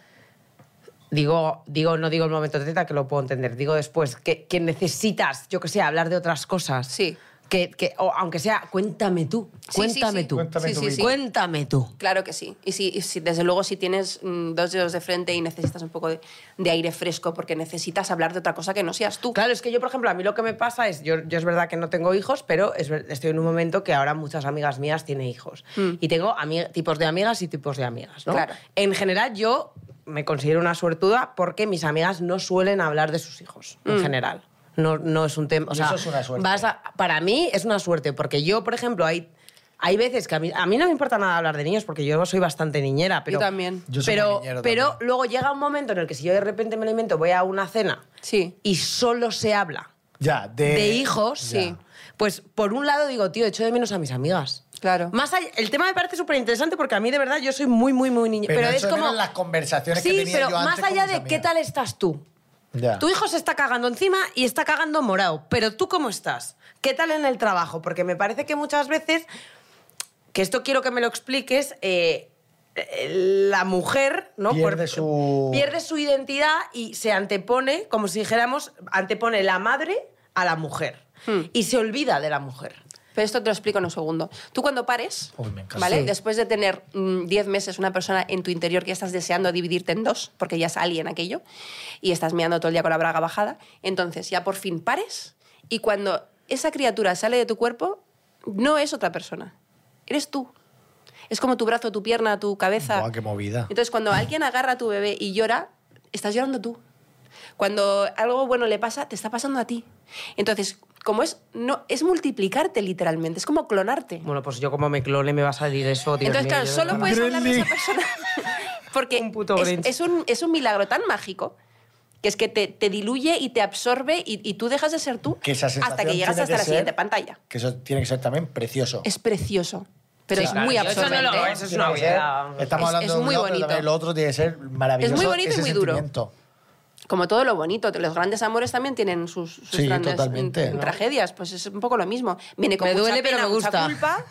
S2: digo, digo no digo el momento de teta, que lo puedo entender, digo después, que, que necesitas, yo que sé, hablar de otras cosas.
S5: Sí.
S2: Que, que- o aunque sea, cuéntame tú,
S5: Sí, sí,
S2: cuéntame
S5: sí.
S2: tú,
S3: Cuéntame
S5: Sí,
S3: tu
S5: sí,
S3: vida.
S5: sí.
S2: cuéntame tú.
S5: Claro que sí. Y si, y si- desde luego si tienes mm, dos dedos de frente y necesitas un poco de, de aire fresco porque necesitas hablar de otra cosa que no seas tú.
S2: Claro, es que yo, por ejemplo, a mí lo que me pasa es, yo, yo es verdad que no tengo hijos, pero es ver- estoy en un momento que ahora muchas amigas mías tienen hijos. Y tengo ami- tipos de amigas y tipos de amigas, ¿no?
S5: Mm. Claro.
S2: En general yo me considero una suertuda porque mis amigas no suelen hablar de sus hijos, en
S5: Mm.
S2: general. No, no es un tema... O
S3: Y
S2: sea,
S3: eso es una suerte.
S2: vas a- para mí es una suerte, porque yo, por ejemplo, hay... Hay veces que a mí, a mí no me importa nada hablar de niños porque yo soy bastante niñera, pero
S5: también.
S3: Yo soy muy
S2: pero
S3: niñero
S2: pero
S3: también.
S2: luego llega un momento en el que si yo de repente me lo invento, voy a una cena
S5: Sí.
S2: y solo se habla
S3: Ya, de,
S2: de hijos,
S5: sí.
S2: pues por un lado digo, tío, echo de menos a mis amigas.
S5: Claro.
S2: Más allá- el tema me parece súper interesante porque a mí de verdad yo soy muy, muy, muy niña.
S3: Pero,
S2: Pero, es
S3: eso
S2: como...
S3: eran las conversaciones que
S2: sí,
S3: tenía
S2: pero
S3: yo antes
S2: más
S3: con
S2: allá
S3: mis
S2: de qué
S3: amigas.
S2: tal estás tú.
S3: Ya.
S2: Tu hijo se está cagando encima y está cagando morado. Pero tú cómo estás? ¿Qué tal en el trabajo? Porque me parece que muchas veces, que esto quiero que me lo expliques, eh, eh, la mujer ¿no?
S3: Pierde su-
S2: pierde su identidad y se antepone, como si dijéramos, antepone la madre a la mujer.
S5: Hmm.
S2: Y se olvida de la mujer.
S5: Pero esto te lo explico en un segundo. Tú cuando pares,
S3: Uy, me encanta.
S5: ¿vale?
S2: Sí.
S5: Después de tener mm, 10 meses una persona en tu interior que ya estás deseando dividirte en dos, porque ya es alien aquello, y estás mirando todo el día con la braga bajada, entonces ya por fin pares y cuando esa criatura sale de tu cuerpo, no es otra persona, eres tú. Es como tu brazo, tu pierna, tu cabeza.
S3: Buah, qué movida.
S5: Entonces, cuando alguien agarra a tu bebé y llora, estás llorando tú. Cuando algo bueno le pasa, te está pasando a ti. Entonces, como es, no, es multiplicarte literalmente, es como clonarte.
S2: Bueno, pues yo como me clone me va a salir eso, Dios
S5: Entonces,
S2: mío,
S5: claro,
S2: yo de
S5: solo
S2: verdad.
S5: puedes
S4: Grinch.
S5: hablar de esa persona. Porque
S2: Un puto Grinch.
S5: es, es un, es un milagro tan mágico que es que te, te diluye y te absorbe y, y tú dejas de ser tú
S3: Que esa
S5: hasta
S3: sensación
S5: que llegas
S3: tiene
S5: hasta
S3: que
S5: la
S3: ser-
S5: siguiente pantalla.
S3: Que eso tiene que ser también precioso.
S5: Es precioso, pero
S2: Sí,
S5: es
S2: claro,
S5: muy
S2: yo eso no
S5: absorbente.
S2: lo-
S5: ¿eh?
S2: eso es
S3: Tiene
S2: una
S3: que ser-
S2: obviedad.
S3: Estamos
S5: Es-
S3: hablando
S5: es
S3: de un
S5: muy
S3: lado, pero
S5: bonito.
S3: también lo otro tiene que ser maravilloso.
S5: Es muy bonito y
S3: ese
S5: muy duro.
S3: sentimiento.
S5: como todo lo bonito, los grandes amores también tienen sus, sus
S3: Sí,
S5: grandes
S3: totalmente,
S5: mm,
S3: ¿no?
S5: tragedias, pues es un poco lo mismo. Viene con
S2: Me
S5: mucha
S2: duele, pero
S5: pena,
S2: me
S5: mucha
S2: gusta.
S5: culpa.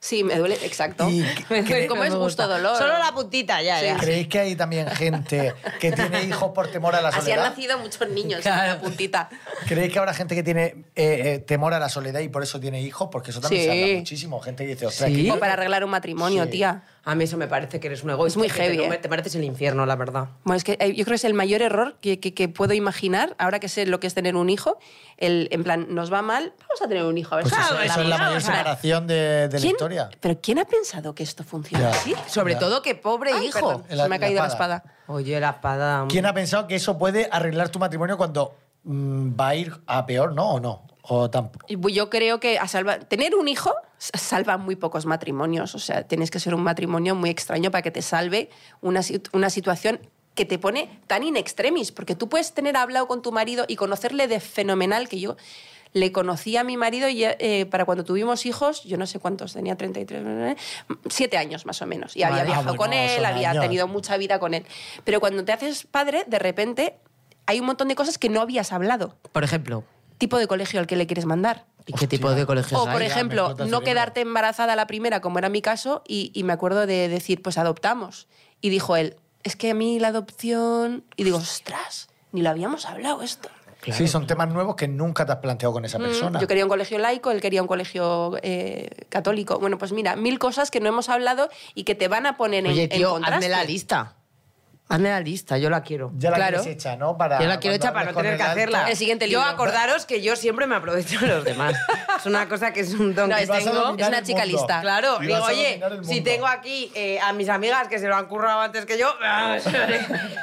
S5: Sí, me duele, exacto.
S3: Y-
S2: Me duele,
S5: como
S2: no
S5: es
S2: me gusta.
S5: gusto dolor.
S2: Solo la puntita, ya,
S5: Sí,
S2: ya.
S3: ¿Creéis que hay también gente que tiene hijos por temor a la
S5: Así han
S3: soledad?
S5: nacido muchos niños,
S2: Claro.
S5: la puntita.
S3: ¿Creéis que habrá gente que tiene eh, eh, temor a la soledad y por eso tiene hijos? Porque eso también se
S5: Sí.
S3: habla muchísimo. Gente que dice, ostras,
S2: Sí.
S3: que-
S5: O para arreglar un matrimonio,
S3: Sí.
S5: tía.
S2: A mí eso me parece que eres un egoísta.
S5: Es muy
S2: que te
S5: heavy,
S2: come-
S5: ¿eh?
S2: Te mereces el infierno, la verdad.
S5: Bueno, es que eh, yo creo que es el mayor error que, que- que puedo imaginar, ahora que sé lo que es tener un hijo, el, en plan, nos va mal, vamos a tener un hijo. A ver,
S3: Pues
S5: si
S3: eso,
S5: nos
S3: eso es la
S5: arreglamos,
S3: mayor
S5: vamos a ver.
S3: separación de, de la
S5: ¿Quién-
S3: historia.
S5: ¿Pero quién ha pensado que esto funciona
S3: Ya.
S5: así?
S2: Sobre todo que pobre
S5: Ay,
S2: hijo.
S5: perdón,
S3: La-
S5: se me
S3: la
S5: ha caído
S3: espada.
S5: La espada.
S2: Oye, la espada.
S3: ¿Quién ha pensado que eso puede arreglar tu matrimonio cuando mm, va a ir a peor, no? ¿O no? O tampoco.
S5: Y bu- Yo creo que a salva- tener un hijo s- salva muy pocos matrimonios. O sea, tienes que ser un matrimonio muy extraño para que te salve una, sit- una situación que te pone tan in extremis. Porque tú puedes tener hablado con tu marido y conocerle de fenomenal que yo. le conocí a mi marido y, eh, para cuando tuvimos hijos, yo no sé cuántos, tenía 33, 7 años más o menos. Y había
S3: Vale, ah,
S5: viajado
S3: bueno,
S5: con él,
S3: son
S5: había
S3: años.
S5: tenido mucha vida con él. Pero cuando te haces padre, de repente hay un montón de cosas que no habías hablado.
S2: Por ejemplo,
S5: Tipo de colegio al que le quieres mandar.
S2: ¿y qué tipo de colegios
S5: O, por
S2: hay?
S5: ejemplo,
S3: explota el
S5: no
S3: cerebro.
S5: quedarte embarazada la primera, como era mi caso, y, y me acuerdo de decir, pues adoptamos. Y dijo él, es que a mí la adopción... Y digo, ostras, ni lo habíamos hablado esto.
S3: Sí, son temas nuevos que nunca te has planteado con
S2: Mm,
S3: esa persona.
S5: Yo quería un colegio laico, él quería un colegio eh, católico. Bueno, pues mira, mil cosas que no hemos hablado y que te van a poner en-
S2: Oye,
S5: en,
S2: tío,
S5: contraste.
S2: hazme la lista. Hazme la lista, yo la quiero.
S3: Ya la
S5: claro.
S3: quieres hecha, ¿no? Para,
S2: yo la quiero hecha para no tener que hacerla.
S5: El siguiente
S2: Yo
S5: libro.
S2: acordaros que yo siempre me aprovecho de los demás. es una cosa que es un don
S5: No,
S2: que
S5: es- vas a
S2: tengo.
S5: dominar es una chica lista.
S2: Claro,
S3: Y
S2: digo,
S3: vas a
S2: oye,
S3: dominar el
S2: si
S3: mundo.
S2: tengo aquí eh, a mis amigas que se lo han currado antes que yo,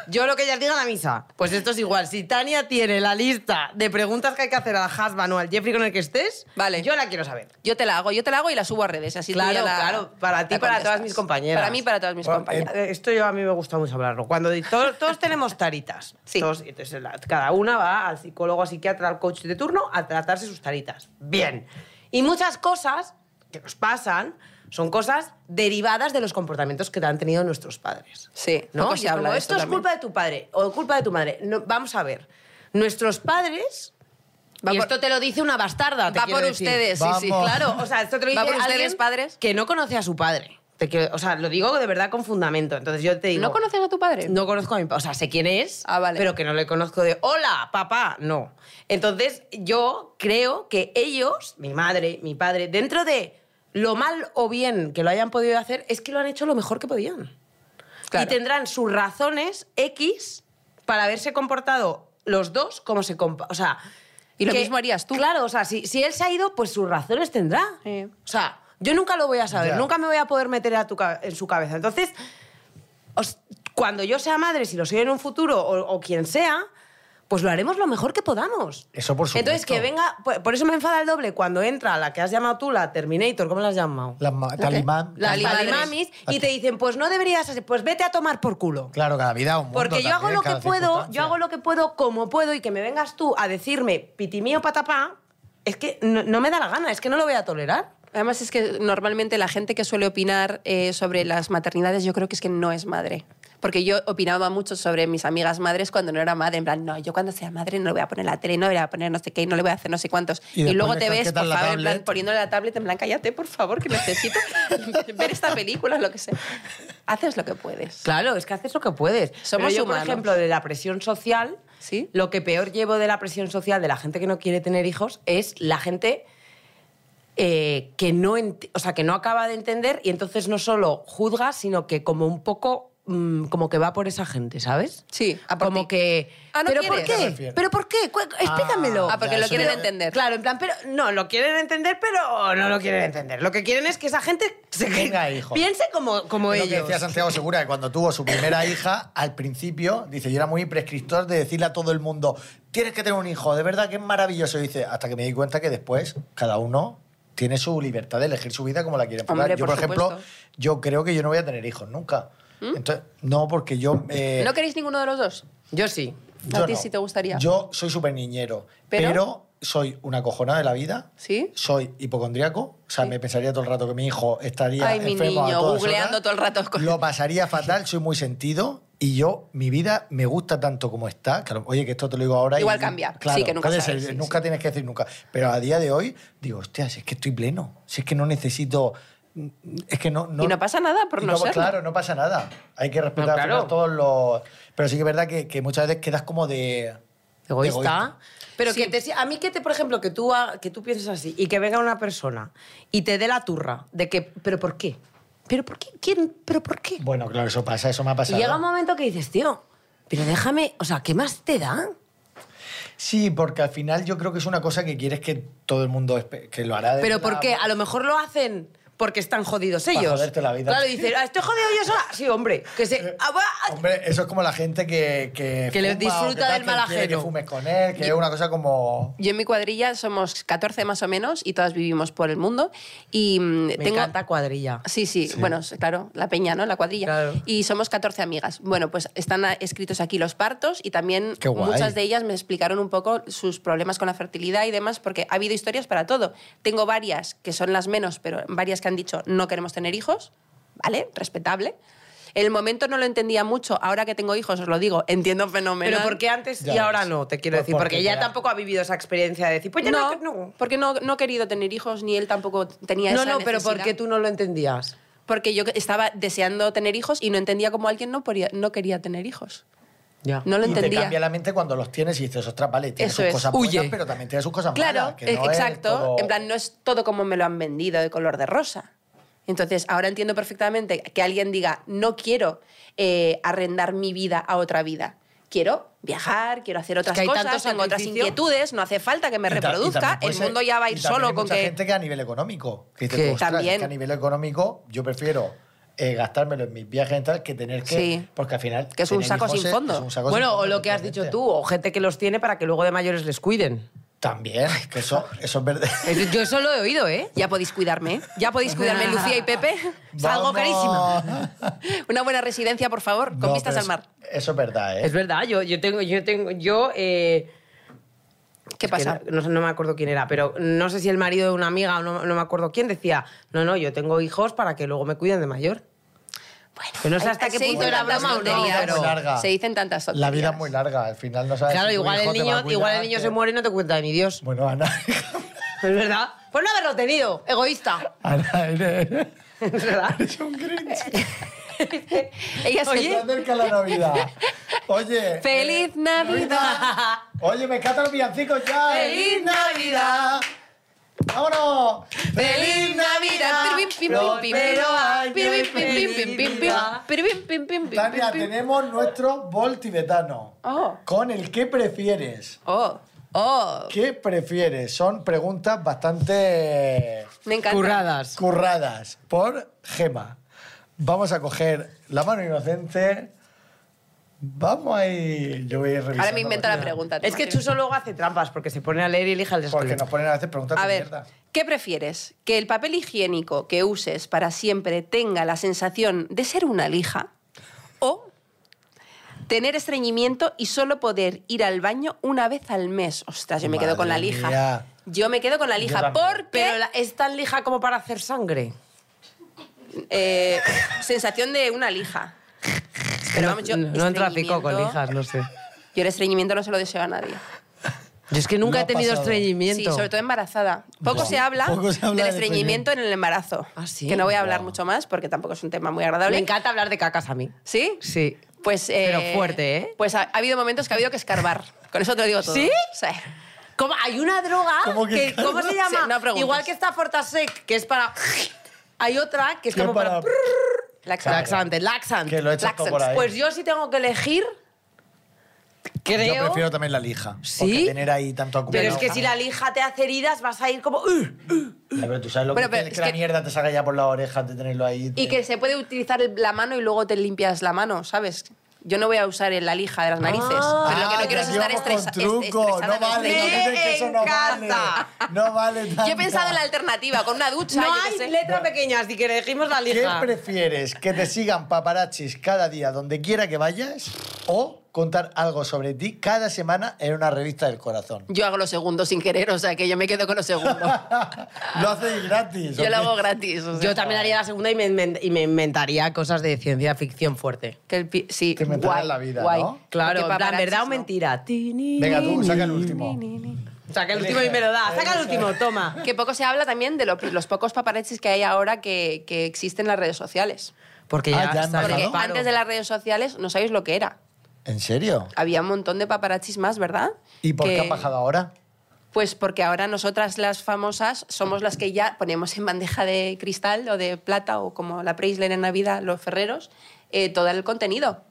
S2: yo lo que ellas digan a misa. Pues esto es igual. Si Tania tiene la lista de preguntas que hay que hacer al Hasban o al Jeffrey con el que estés,
S5: Vale.
S2: yo la quiero saber.
S5: Yo te la hago, yo te la hago y la subo a redes. Así tú
S2: Claro,
S5: ya la-
S2: claro, para ti,
S5: la
S2: para todas
S5: contestas.
S2: mis compañeras.
S5: Para mí, para todas mis
S3: Bueno,
S5: compañeras.
S2: Eh, Esto yo a mí me gusta mucho hablarlo. Cuando di- to- todos tenemos taritas.
S5: Sí.
S2: Todos- entonces, la- cada una va al psicólogo, al psiquiatra, al coach de turno a tratarse sus taritas. Bien. Y muchas cosas que nos pasan son cosas derivadas de los comportamientos que han tenido nuestros
S3: eh,
S2: padres.
S5: Sí,
S2: ¿no?
S5: poco
S2: Y
S5: se
S2: es
S5: habla
S2: como,
S5: de
S2: esto es
S5: esto también".
S2: culpa de tu padre o culpa de tu madre. No, vamos a ver. Nuestros padres.
S5: Va
S2: y
S5: por-
S2: esto te lo dice una bastarda. te
S5: Va
S2: quiero
S5: por
S2: decir.
S5: ustedes, sí, sí,
S3: Vamos.
S5: claro.
S2: O sea, esto te lo
S5: Va
S2: dice
S5: por ustedes,
S2: alguien
S5: padres.
S2: que no conoce a su padre. Te quiero- o sea, lo digo de verdad con fundamento. Entonces yo te digo.
S5: ¿No conoces a tu padre?
S2: No conozco a mi padre. O sea, sé quién es,
S5: Ah, vale.
S2: pero que no le conozco de hola, papá. No. Entonces yo creo que ellos, mi madre, mi padre, dentro de lo mal o bien que lo hayan podido hacer, es que lo han hecho lo mejor que podían.
S5: Claro.
S2: Y tendrán sus razones X para haberse comportado los dos como se compa O sea.
S5: Y lo mismo harías tú.
S2: Claro, o sea, si, si él se ha ido, pues sus razones tendrá.
S5: Sí.
S2: O sea, yo nunca lo voy a saber,
S3: Ya.
S2: nunca me voy a poder meter a tu ca- en su cabeza. Entonces, os- cuando yo sea madre, si lo soy en un futuro o, o quien sea, pues lo haremos lo mejor que podamos.
S3: Eso Eh, por supuesto.
S2: Entonces, que venga, por, por eso me enfada el doble cuando entra la que has llamado tú, la Terminator, ¿cómo la has llamado?
S3: Las ma- Talimán.
S5: La
S2: Las
S5: Talimadres.
S2: Talimamis, y te dicen, pues no deberías hacer, pues vete a tomar por culo.
S3: Claro, cada vida un mundo
S2: Porque yo hago
S3: también,
S2: lo que
S3: cada
S2: puedo,
S3: circunstancia.
S2: yo hago lo que puedo como puedo y que me vengas tú a decirme pitimío patapá, es que no, no me da la gana, es que no lo voy a tolerar.
S5: Además es que normalmente la gente que suele opinar eh, sobre las maternidades yo creo que es que no es madre. Porque yo opinaba mucho sobre mis amigas madres cuando no era madre. En plan, no, yo cuando sea madre no le voy a poner la tele, no le voy a poner no sé qué, y no le voy a hacer no sé cuántos.
S3: Y
S5: Y,
S3: después
S5: luego
S3: le
S5: te ves,
S3: casquetan
S5: por
S3: la
S5: favor, en plan,
S3: tablet.
S5: poniéndole la tablet en plan, cállate, por favor, que necesito ver esta película, lo que sea. Haces lo que puedes.
S2: Claro, es que haces lo que puedes.
S5: Somos
S2: Pero yo,
S5: humanos.
S2: por ejemplo, de la presión social,
S5: Sí.
S2: lo que peor llevo de la presión social de la gente que no quiere tener hijos es la gente eh, que, no ent- o sea, que no acaba de entender y entonces no solo juzga, sino que como un poco mm, como que va por esa gente, ¿sabes?
S5: Sí, a por
S2: como
S5: ti.
S2: que...
S5: Ah, ¿no
S2: ¿Pero
S5: quieres? ¿A qué
S3: me
S2: por qué?
S3: refiero?
S2: ¿Pero por qué? Cu- Explícamelo.
S5: Ah, porque
S3: Ya,
S5: lo
S3: eso
S5: quieren
S3: ya-
S5: entender.
S2: Claro, en plan, pero no, lo quieren entender, pero no lo quieren entender. Lo que quieren es que esa gente se
S3: Tenga hijos.
S2: piense como, como
S3: Es lo que
S2: ellos.
S3: decía Santiago Segura, que cuando tuvo su primera hija, al principio, dice, yo era muy prescriptor de decirle a todo el mundo, tienes que tener un hijo, de verdad que es maravilloso. Dice, hasta que me di cuenta que después cada uno tiene su libertad de elegir su vida como la quiere.
S5: Hombre,
S3: yo,
S5: por
S3: por ejemplo,
S5: supuesto. ¿Mm?
S3: yo creo que yo no voy a tener hijos nunca. Entonces, no, porque yo... eh,
S5: ¿No queréis ninguno de los dos?
S2: Yo sí.
S3: yo
S5: a ti
S3: no.
S5: sí te gustaría?
S3: Yo soy súper niñero,
S5: ¿Pero?
S3: ¿Pero? soy una cojona de la vida.
S5: ¿Sí?
S3: Soy hipocondriaco, o sea, me pensaría todo el rato que mi hijo estaría
S5: Ay, mi
S3: enfermo a
S5: niño,
S3: todas
S5: googleando
S3: horas.
S5: todo el rato con-
S3: Lo pasaría fatal, soy muy sentido y yo, mi vida me gusta tanto como está. que a lo- oye, que esto te lo digo ahora. y-
S5: Igual cambia, sí, que nunca
S3: puede
S5: sabes,
S3: ser,
S5: sí,
S3: nunca
S5: sí.
S3: tienes que decir nunca. Pero a día de hoy digo, hostia, si es que estoy pleno, si es que no necesito... Es que no, no,
S5: Y no pasa nada por
S3: y
S5: no serlo.
S3: Claro, no pasa nada. Hay que respetar al
S2: claro.
S3: final todos los... Pero sí que es verdad que, que muchas veces quedas como de...
S2: Egoísta.
S3: egoísta.
S2: Pero que te, a mí que te, por ejemplo, que tú, ha- que tú pienses así y que venga una persona y te dé la turra de que, ¿pero por qué? ¿Pero por qué? ¿Quién? ¿Pero por qué?
S3: Bueno, claro, eso pasa, eso me ha
S2: Y
S3: pasado.
S2: llega un momento que dices, tío, pero déjame, o sea, ¿qué más te da?
S3: Sí, porque al final yo creo que es una cosa que quieres que todo el mundo espe- que lo hará. de
S2: ¿Pero
S3: verdad.
S2: por qué? A lo mejor lo hacen porque están jodidos ellos.
S3: joderte la vida.
S2: Claro, dice, "Ah, estoy jodido yo sola. Sí, hombre, que se... ah, va,
S3: Hombre, eso es como la gente que. Que,
S2: Que le
S3: fuma o
S2: disfruta
S3: tal,
S2: del
S3: que
S2: mal
S3: quiere
S2: ajeno.
S3: Que fumes con él, que es una cosa como.
S5: Yo en mi cuadrilla somos 14 más o menos y todas vivimos por el mundo. Y mm,
S2: Me
S5: tengo.
S2: encanta cuadrilla.
S5: Sí, sí, bueno, s- claro, la peña, ¿no? La cuadrilla.
S2: Claro.
S5: Y somos 14 amigas. Bueno, pues están a- escritos aquí los partos y también
S3: Qué guay.
S5: muchas de ellas me explicaron un poco sus problemas con la fertilidad y demás, porque ha habido historias para todo. Tengo varias que son las menos, pero varias que han dicho no queremos tener hijos, ¿vale? Respetable. En el momento no lo entendía mucho, ahora que tengo hijos os lo digo, entiendo fenomenal.
S2: Pero ¿por qué antes
S3: Ya
S2: y ahora
S3: ves.
S2: no? Te quiero
S3: Pues
S2: decir, porque
S3: porque
S2: ella
S3: ya-
S2: tampoco ha vivido esa experiencia de decir, pues ya no,
S5: No,
S2: no.
S5: porque no, no he querido tener hijos, ni él tampoco tenía
S2: No,
S5: esa
S2: no, pero
S5: necesidad.
S2: ¿por qué tú no lo entendías?
S5: Porque yo estaba deseando tener hijos y no entendía cómo alguien no, podía- no quería tener hijos.
S2: Ya.
S5: No lo
S3: y te
S5: entendía.
S3: cambia la mente cuando los tienes y dices, ostras, vale, tiene
S5: Eso
S3: sus
S5: es.
S3: cosas
S2: Huye.
S3: buenas, pero también tiene sus cosas
S5: Claro,
S3: malas. que
S5: es-
S3: no es
S5: exacto.
S3: todo-
S5: En plan, no es todo como me lo han vendido de color de rosa. Entonces, ahora entiendo perfectamente que alguien diga, no quiero eh, arrendar mi vida a otra vida. Quiero viajar, quiero hacer otras
S2: que hay tanto
S5: cosas, tengo otras
S2: sacrificio.
S5: inquietudes, no hace falta que me
S3: Y ta- y
S5: reproduzca,
S3: también puede
S5: el
S3: ser-
S5: mundo ya va a
S3: y
S5: ir
S3: también
S5: solo
S3: hay
S5: con
S3: mucha
S5: que...
S3: gente que a nivel económico. Que dice,
S2: Que
S3: tú, "Ostras, es
S5: también.
S3: que a nivel económico yo prefiero eh, gastármelo en mis viajes y tal que tener que...
S5: Sí.
S3: Porque al final...
S5: Que es un
S3: tener
S5: saco
S3: hijos
S5: sin
S3: es-
S5: fondo.
S3: es un saco sin
S2: Bueno, o
S3: fondo,
S2: lo que has dicho
S3: totalmente.
S2: tú, o gente que los tiene para que luego de mayores les cuiden.
S3: También, que eso, eso es verdad.
S2: Es- Yo eso lo he oído, ¿eh?
S5: Ya podéis cuidarme, ¿eh? ya podéis cuidarme, Lucía y Pepe. Salgo
S3: algo
S5: carísima. Una buena residencia, por favor, con vistas al mar.
S3: Eso es verdad, ¿eh?
S2: Es verdad, yo, yo tengo, yo tengo, yo eh,
S5: ¿Qué
S2: que
S5: pasa?
S2: no, no sé- no me acuerdo quién era, pero no sé si el marido de una amiga o no, no me acuerdo quién decía, no, no, yo tengo hijos para que luego me cuiden de mayor. Bueno, que no sé hasta
S5: Ay,
S2: qué
S5: eh, se
S2: punto
S5: dicen
S2: era
S5: tantas
S2: broma o no,
S5: tonterías.
S2: pero-
S3: Muy larga.
S5: Se dicen tantas
S3: La vida es
S5: tonterías.
S3: muy larga, al final no sabes
S2: Claro,
S3: si tu
S2: igual
S3: hijo
S2: el
S3: te va a
S2: niño,
S3: cuidar,
S2: igual el niño
S3: que-
S2: se muere y no te cuenta ni Dios.
S3: Bueno, Ana...
S2: Es verdad. Pues no haberlo tenido, egoísta.
S3: Ana, eres...
S2: Es verdad.
S3: eres un cringe.
S5: Ella se-
S3: Se acerca la Navidad. Oye... eh,
S5: ¡Feliz Navidad!
S3: Oye, me encantan los villancicos ya.
S2: ¡Feliz Navidad!
S3: ¡Vámonos!
S2: ¡Feliz Navidad!
S5: Pim, pim, pim, pim, pim. Pim, pim, pim, pim, pim, pim. Pim, pim, pim, pim,
S3: Tania,
S5: pim.
S3: tenemos nuestro bol tibetano.
S5: Oh.
S3: Con el ¿qué prefieres?
S5: Oh, oh,
S3: ¿Qué prefieres? Son preguntas bastante
S5: me encanta.
S2: Curradas.
S3: curradas por Gema. Vamos a coger la mano inocente. Vamos ahí. Yo voy a ir revisando.
S5: Ahora me invento la
S3: porque-
S5: pregunta. ¿te
S2: Es que
S5: imaginas?
S2: Chuso luego hace trampas porque se pone a leer y elige el
S3: Porque
S2: descolecto.
S3: nos ponen a hacer preguntas
S5: A
S3: de
S5: ver,
S3: mierda.
S5: ¿qué prefieres? ¿Que el papel higiénico que uses para siempre tenga la sensación de ser una lija? ¿O tener estreñimiento y solo poder ir al baño una vez al mes? Ostras, yo me quedo con la
S3: Madre
S5: lija.
S3: mía.
S5: Yo me quedo con la lija
S3: también.
S5: porque...
S2: Pero la- es tan lija como para hacer sangre.
S5: eh, sensación de una lija. Pero vamos, yo
S2: no no en tráfico con
S5: estreñimiento-
S2: lijas, no sé.
S5: Yo el estreñimiento no se lo deseo a nadie.
S2: Yo es que nunca
S3: Lo
S2: he tenido
S3: ha pasado.
S2: estreñimiento.
S5: Sí, sobre todo embarazada. Poco,
S3: Buah.
S5: se habla,
S3: Poco se habla
S5: del
S3: de
S5: estreñimiento en el embarazo.
S2: Ah, ¿sí?
S5: Que no voy a hablar
S3: Buah.
S5: mucho más porque tampoco es un tema muy
S2: Me
S5: agradable.
S2: encanta hablar de cacas a mí.
S5: ¿Sí?
S2: Sí.
S5: Pues, eh,
S2: Pero fuerte, ¿eh?
S5: Pues ha, ha habido momentos que ha habido que escarbar. Con eso te lo digo todo.
S2: ¿Sí?
S5: Sí.
S2: ¿Cómo? Hay una droga
S3: ¿Cómo que
S2: que, ¿cómo se
S5: Sí,
S2: llama?
S5: no preguntes.
S2: Igual que está Fortasec, que es para... Hay otra que es
S3: Que
S2: como para...
S3: para-
S5: Laxante.
S2: Laxante, laxante.
S3: Que lo echas todo por
S5: Laxants.
S3: ahí.
S2: Pues yo sí tengo que elegir, creo...
S3: Yo prefiero también la lija.
S2: ¿Sí?
S3: Porque tener ahí tanto
S2: Pero es
S3: acumulado-
S2: que si la lija te hace heridas, vas a ir como... "Uh, "Ugh".
S3: Ya, pero tú sabes lo
S5: Bueno,
S3: que,
S5: pero
S3: es
S5: es
S3: que la
S5: que-
S3: mierda te salga ya por las orejas de tenerlo ahí.
S5: Y que se puede utilizar el- la mano y luego te limpias la mano, ¿sabes? Yo no voy a usar el- la lija de las narices.
S2: Ah.
S5: pero lo que
S3: Ah,
S5: no quiero es
S3: que
S5: estar
S3: íbamos
S5: estresa-
S3: con
S5: est-
S3: truco,
S5: estresada
S3: no
S5: en el
S3: vale,
S5: estreñimiento.
S3: dicen que eso no vale.
S2: encanta.
S3: No vale
S5: Yo he pensado en
S3: tanta.
S5: la alternativa, con una ducha.
S2: No
S5: yo qué
S2: hay
S5: sé.
S2: letra pequeña, así que elegimos la
S3: ¿Qué
S2: lija.
S3: prefieres? ¿Que te sigan paparachis cada día donde quiera que vayas o contar algo sobre ti cada semana en una revista del corazón?
S5: Yo hago los segundos sin querer, o sea que yo me quedo con los segundos.
S3: lo haces gratis.
S5: yo
S3: ¿o
S5: lo
S3: qué?
S5: hago gratis. o sea.
S2: Yo también haría la segunda y me, inven- y me inventaría cosas de ciencia ficción fuerte.
S5: Que el pi- sí,
S3: Te inventarás
S5: guay,
S3: la vida,
S5: guay.
S3: ¿no?
S2: Claro,
S5: Porque
S2: en plan,
S5: paparachis
S2: ¿verdad o
S5: no.
S2: mentira?
S3: Venga tú, saca el último.
S2: Saca el último y me lo da. Saca el último, toma.
S5: Que poco se habla también de lo- los pocos paparazzis que hay ahora que, que existen en las redes sociales.
S2: Porque
S3: Ah, ya han
S2: está
S3: bajado.
S5: Porque
S2: el paro.
S5: antes de las redes sociales no sabéis lo que era.
S3: ¿En serio?
S5: Había un montón de paparazzis más, ¿verdad?
S3: ¿Y por qué
S5: Que-
S3: han bajado ahora?
S5: Pues porque ahora nosotras las famosas somos las que ya ponemos en bandeja de cristal o de plata o como la Preisler en Navidad, los ferreros, eh, todo el contenido.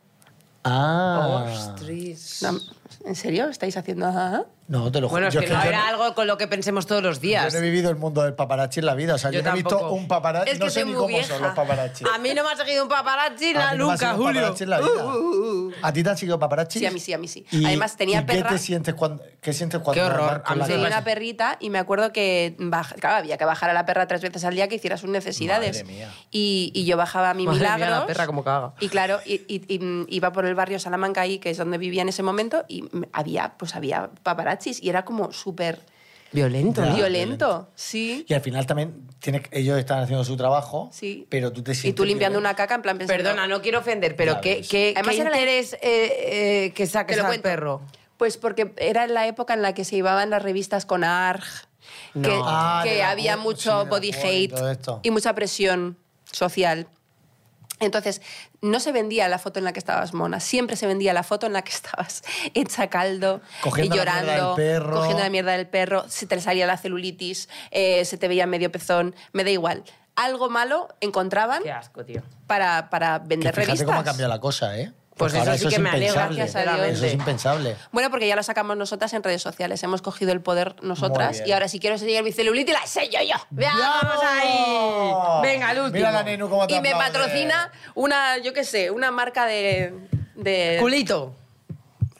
S3: Ah.
S2: Ostras.
S5: No, ¿En serio? ¿Estáis haciendo ah, ajá?
S3: No, te lo juro.
S2: Bueno, es
S3: Yo
S2: que no
S3: yo
S2: era algo con lo que pensemos todos los
S3: Yo
S2: días.
S3: no he vivido el mundo del paparazzi en la vida. O sea, yo,
S2: Yo
S3: no he visto
S2: tampoco.
S3: un paparazzi.
S2: Es que
S3: no sé
S2: soy
S3: ni
S2: muy
S3: cómo
S2: vieja.
S3: son los paparazzi.
S2: A mí no me ha seguido un paparazzi
S3: A
S2: na-
S3: mí Ah, no me ha
S2: nunca,
S3: seguido un
S2: Julio.
S3: paparazzi en la vida. ¿A ti te han seguido paparazzi?
S5: Sí, a mí sí, a mí sí.
S3: ¿Y-
S5: Además, tenía
S3: y
S5: perra-
S3: ¿Qué te sientes cuando.? ¿Qué sientes cuando
S2: Qué horror.
S3: van con
S2: A mí
S3: la
S2: se me
S5: Tenía
S3: cara?
S5: una perrita y me acuerdo que baja- claro, había que bajar a la perra tres veces al día que hiciera sus necesidades.
S3: Madre mía.
S5: Y, y yo bajaba a mi
S2: Madre mía,
S5: milagros.
S2: la perra cómo caga.
S5: Y claro, y, y- y, mm, iba por el barrio Salamanca ahí, que es donde vivía en ese momento, y mm, había, pues había paparazzis y era como súper
S2: Violento,
S3: Ya.
S5: violento.
S2: ¿no?
S5: Sí.
S3: Y al final también tiene, ellos están haciendo su trabajo,
S5: Sí.
S3: pero tú te sientes.
S5: Y tú limpiando
S3: bien.
S5: una caca en plan pensando...
S2: Perdona, no quiero ofender, pero
S3: Ya
S2: ¿qué,
S3: ves.
S2: qué,
S5: Además
S2: qué
S5: era la-
S2: interés eh, eh, que
S5: Te
S2: saques
S5: lo
S2: al
S5: cuento.
S2: perro?
S5: Pues porque era la época en la que se llevaban las revistas con ARG, que,
S2: No.
S3: Ah,
S5: que
S3: de la
S5: había
S3: Vogue, sí,
S5: mucho
S3: de la
S5: body
S3: Vogue y
S5: hate
S3: todo esto.
S5: y mucha presión social. Entonces, no se vendía la foto en la que estabas mona, siempre se vendía la foto en la que estabas hecha caldo,
S3: Cogiendo
S5: y
S3: la mierda
S5: llorando,
S3: del perro.
S5: cogiendo la mierda del perro, se te salía la celulitis, eh, se te veía medio pezón, me da igual. Algo malo encontraban
S2: Qué asco, tío.
S5: para, para
S3: Que
S5: vender
S3: fíjate
S5: revistas.
S3: cómo ha cambiado la cosa, ¿eh?
S2: Pues
S3: Porque
S2: eso
S3: ahora
S2: sí que me alegra,
S3: impensable.
S5: gracias a Dios.
S3: Eso es impensable.
S5: Bueno, porque ya lo sacamos nosotras en redes sociales. Hemos cogido el poder
S3: Muy
S5: nosotras.
S3: bien.
S5: Y ahora si quiero enseñar mi celulitis, la sello yo.
S2: ¡Veamos ahí! Venga, el último.
S3: Mira la Nenu cómo te
S5: Y me
S3: aplaude.
S5: patrocina una, yo qué sé, una marca de, de
S2: Culito.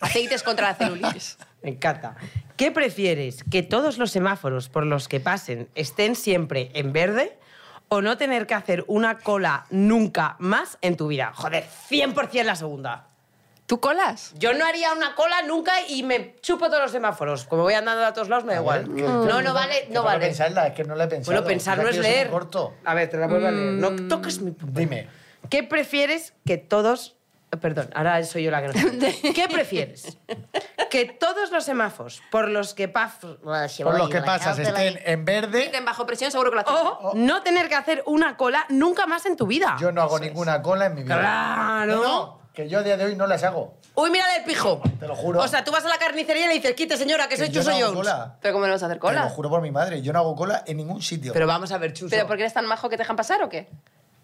S5: aceites contra la celulitis.
S2: Me encanta. ¿Qué prefieres? ¿Que todos los semáforos por los que pasen estén siempre en verde? ¿O no tener que hacer una cola nunca más en tu vida? Joder, 100% la segunda.
S5: ¿Tú colas?
S2: Yo no haría una cola nunca y me chupo todos los semáforos. Como voy andando a todos lados, me da igual. No, no vale, no
S3: Que tengo que
S2: vale.
S3: pensarla, es que no la he pensado.
S2: Bueno, pensar no
S3: Mira
S2: es
S3: que yo soy muy
S2: leer.
S3: corto.
S2: A ver, te la vuelvo a leer. No toques mi pupa.
S3: Dime.
S2: ¿Qué prefieres que todos... eh, Perdón, ahora soy yo la que no... ¿Qué prefieres? Que todos los semáforos por los que... pa-
S3: Por los que pasas estén en verde,
S5: En bajo presión seguro que lo haces.
S2: O no tener que hacer una cola nunca más en tu vida.
S3: yo no hago ninguna cola en mi vida.
S2: Ah, ¡Claro!
S3: No, no, que yo a día de hoy no las hago.
S2: Uy, mira del pijo.
S3: Te lo juro.
S2: O sea, tú vas a la carnicería y le dices, quite señora, que soy
S3: Que yo
S2: Chuso
S3: no hago
S2: Jones.
S3: cola.
S5: ¿Pero cómo le vas a hacer
S3: Te lo
S5: cola?
S3: juro por mi madre, yo no hago cola en ningún sitio.
S2: Pero vamos a ver, Chuso.
S5: ¿Pero porque eres tan majo que te dejan pasar o qué?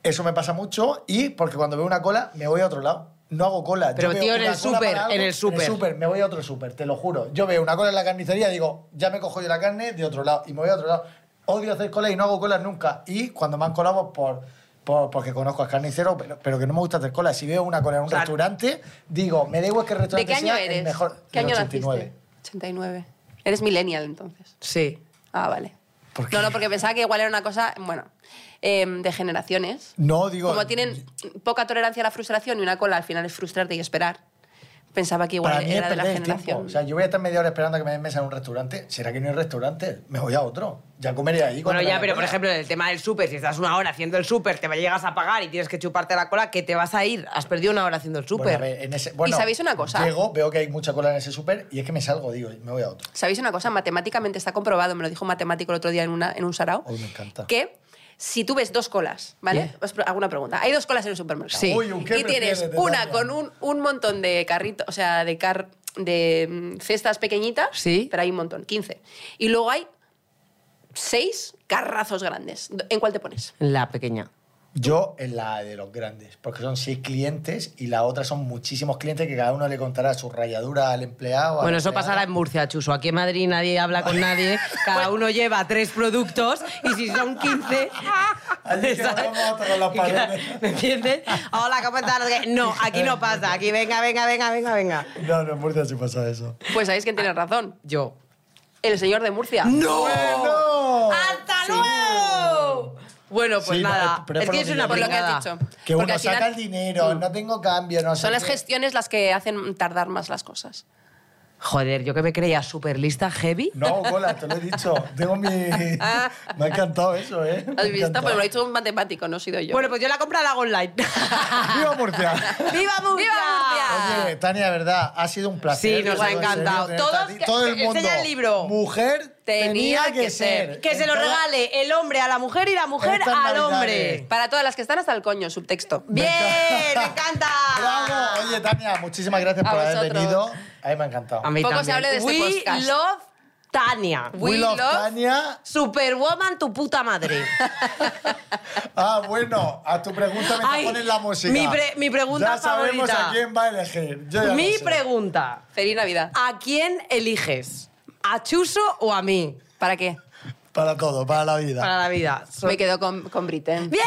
S3: Eso me pasa mucho y porque cuando veo una cola me voy a otro lado. No hago cola. Yo
S2: Pero,
S3: veo
S2: tío, en
S3: una
S2: el
S3: cola
S2: súper,
S3: para algo,
S2: en el súper.
S3: me voy a otro súper, te lo juro. Yo veo una cola en la carnicería y digo, ya me cojo yo la carne de otro lado y me voy a otro lado. Odio hacer cola y no hago colas nunca. Y cuando me han colado pues, por, por- porque conozco al carnicero, pero, pero que no me gusta hacer cola. Si veo una cola en un
S2: Claro.
S3: restaurante, digo, me da igual que el
S5: ¿De
S3: restaurante
S5: qué año
S3: sea el
S5: eres?
S3: mejor.
S5: ¿Qué
S3: del
S5: año
S3: 89.
S5: naciste? 89. Eres millennial entonces.
S2: Sí.
S5: Ah, vale.
S3: ¿Por qué?
S5: No, no, porque pensaba que igual era una cosa, bueno, em, de generaciones.
S3: No, digo...
S5: Como tienen poca tolerancia a la frustración y una cola al final es frustrarte y esperar, pensaba que igual
S3: Para mí es
S5: era de la
S3: perder el tiempo.
S5: generación.
S3: O sea, yo voy a estar media hora esperando a que me den mesa en un restaurante. ¿Será que no hay restaurante? Me voy a otro. Ya comeré ahí.
S2: Bueno,
S3: cuando me
S2: ya,
S3: dé
S2: pero por
S3: cuenta.
S2: ejemplo, en el tema del súper, si estás una hora haciendo el súper, te llegas a pagar y tienes que chuparte la cola, ¿qué te vas a ir? Has perdido una hora haciendo el
S3: Bueno, a
S2: súper.
S3: ver, en ese- bueno,
S5: ¿Y sabéis una cosa?
S3: Llego, veo que hay mucha cola en ese súper y es que me salgo, digo, me voy a otro.
S5: ¿Sabéis una cosa? Matemáticamente está comprobado, me lo dijo un matemático el otro día en, una, en un sarao,
S3: Uy, me encanta.
S5: que si tú ves dos colas, ¿vale? Os pro- hago una pregunta. Hay dos colas en el supermercado.
S2: Sí.
S3: Uy, ¿un qué
S5: y tienes
S3: prefieres,
S5: una
S3: Natalia?
S5: con un, un montón de carritos, o sea, de car de mm, cestas pequeñitas,
S2: Sí.
S5: pero hay un montón, 15. Y luego hay seis carrazos grandes. ¿En cuál te pones?
S2: La pequeña.
S3: Yo en la de los grandes, porque son seis clientes y la otra son muchísimos clientes que cada uno le contará su rayadura al empleado. a la
S2: Bueno, eso
S3: empleada.
S2: pasará en Murcia, Chuso. Aquí en Madrid nadie habla con nadie. Cada uno lleva tres productos y si son 15...
S3: Allí que nos
S2: ¿sabes?
S3: vamos a tocar las paredes.
S2: ¿Me entiendes? Hola, ¿cómo estás? No, aquí no pasa. Aquí venga, venga, venga, venga, venga.
S3: No, no, en Murcia sí pasa eso.
S5: Pues sabéis quién tiene razón.
S2: Yo.
S5: El señor de Murcia.
S2: Ah. ¡No!
S3: ¡Bueno!
S5: Ah,
S2: ¡Hasta luego! Bueno, pues
S3: Sí, no, es-
S2: nada.
S3: pero es
S2: es
S3: por
S2: que
S3: lo
S2: es
S3: que
S2: una
S3: yo
S5: Por lo que has
S2: pringada.
S5: dicho.
S3: Que
S5: Porque
S3: uno
S5: al final
S3: saca el dinero, ¿eh? no tengo cambio, no sé
S5: Son las
S3: qué.
S5: gestiones las que hacen tardar más las cosas.
S2: Joder, yo que me creía súper lista, heavy.
S3: No hago cola, te lo he dicho. Tengo mi... Me ha encantado eso, ¿eh? Me ha
S5: Ah. ¿Has visto?
S3: encantado.
S5: Pues me lo ha dicho un matemático, no he sido yo.
S2: Bueno, pues yo la compra la hago online.
S3: ¡Viva Murcia!
S2: ¡Viva Murcia!
S3: Oye, Tania, de verdad, ha sido un placer.
S2: Sí, nos
S3: Digo,
S2: ha
S3: en
S2: encantado.
S3: tenerte
S2: Todos
S3: aquí.
S2: que-
S3: todo el
S2: enseña
S3: mundo.
S2: el libro.
S3: Mujer tenía, que, ser.
S2: Que se lo
S3: En toda-
S2: regale el hombre a la mujer y la mujer
S3: Estas
S2: al
S3: navidades.
S2: hombre.
S5: Para todas las que están hasta el coño, subtexto.
S2: ¡Bien! ¡Me encanta!
S3: Bravo. Oye, Tania, muchísimas gracias
S5: A
S3: por haber
S5: vosotros.
S3: venido. A mí me ha encantado.
S2: A mí
S5: Poco se
S2: también.
S5: hable de este
S2: We
S5: podcast.
S2: love Tania.
S3: We, love, Tania.
S2: Superwoman, tu puta madre.
S3: Ah, bueno, a tu pregunta me
S2: Ay,
S3: pones la música.
S2: mi pre- mi pregunta
S3: ya sabemos
S2: favorita.
S3: a quién va a elegir. Yo ya lo
S2: Mi
S3: sé.
S2: pregunta.
S5: Feliz Navidad.
S2: ¿A quién eliges? ¿A Chuso o a mí?
S5: ¿Para qué?
S3: Para todo, para la vida.
S2: Para la vida. So-
S5: Me quedo con, con Britain.
S2: ¡Bien!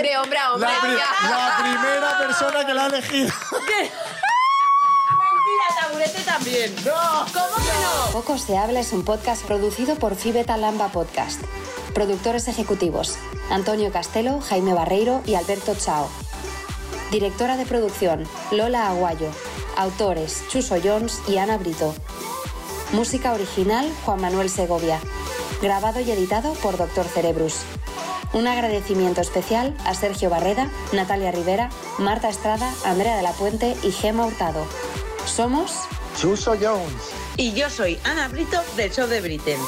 S5: De hombre a hombre.
S3: La, pri-
S5: venga.
S3: la primera persona que la ha elegido.
S2: Mentira, taburete también.
S3: ¡No!
S2: ¿Cómo que no?
S6: Poco se habla es un podcast producido por Fibeta Lamba Podcast. Productores ejecutivos: Antonio Castelo, Jaime Barreiro y Alberto Chao. Directora de producción: Lola Aguayo. Autores: Chuso Jones y Ana Brito. Música original: Juan Manuel Segovia. Grabado y editado por Doctor Cerebrus. Un agradecimiento especial a Sergio Barreda, Natalia Rivera, Marta Estrada, Andrea de la Puente y Gema Hurtado. Somos
S3: Chuso Jones.
S2: Y yo soy Ana Brito del show de Britain.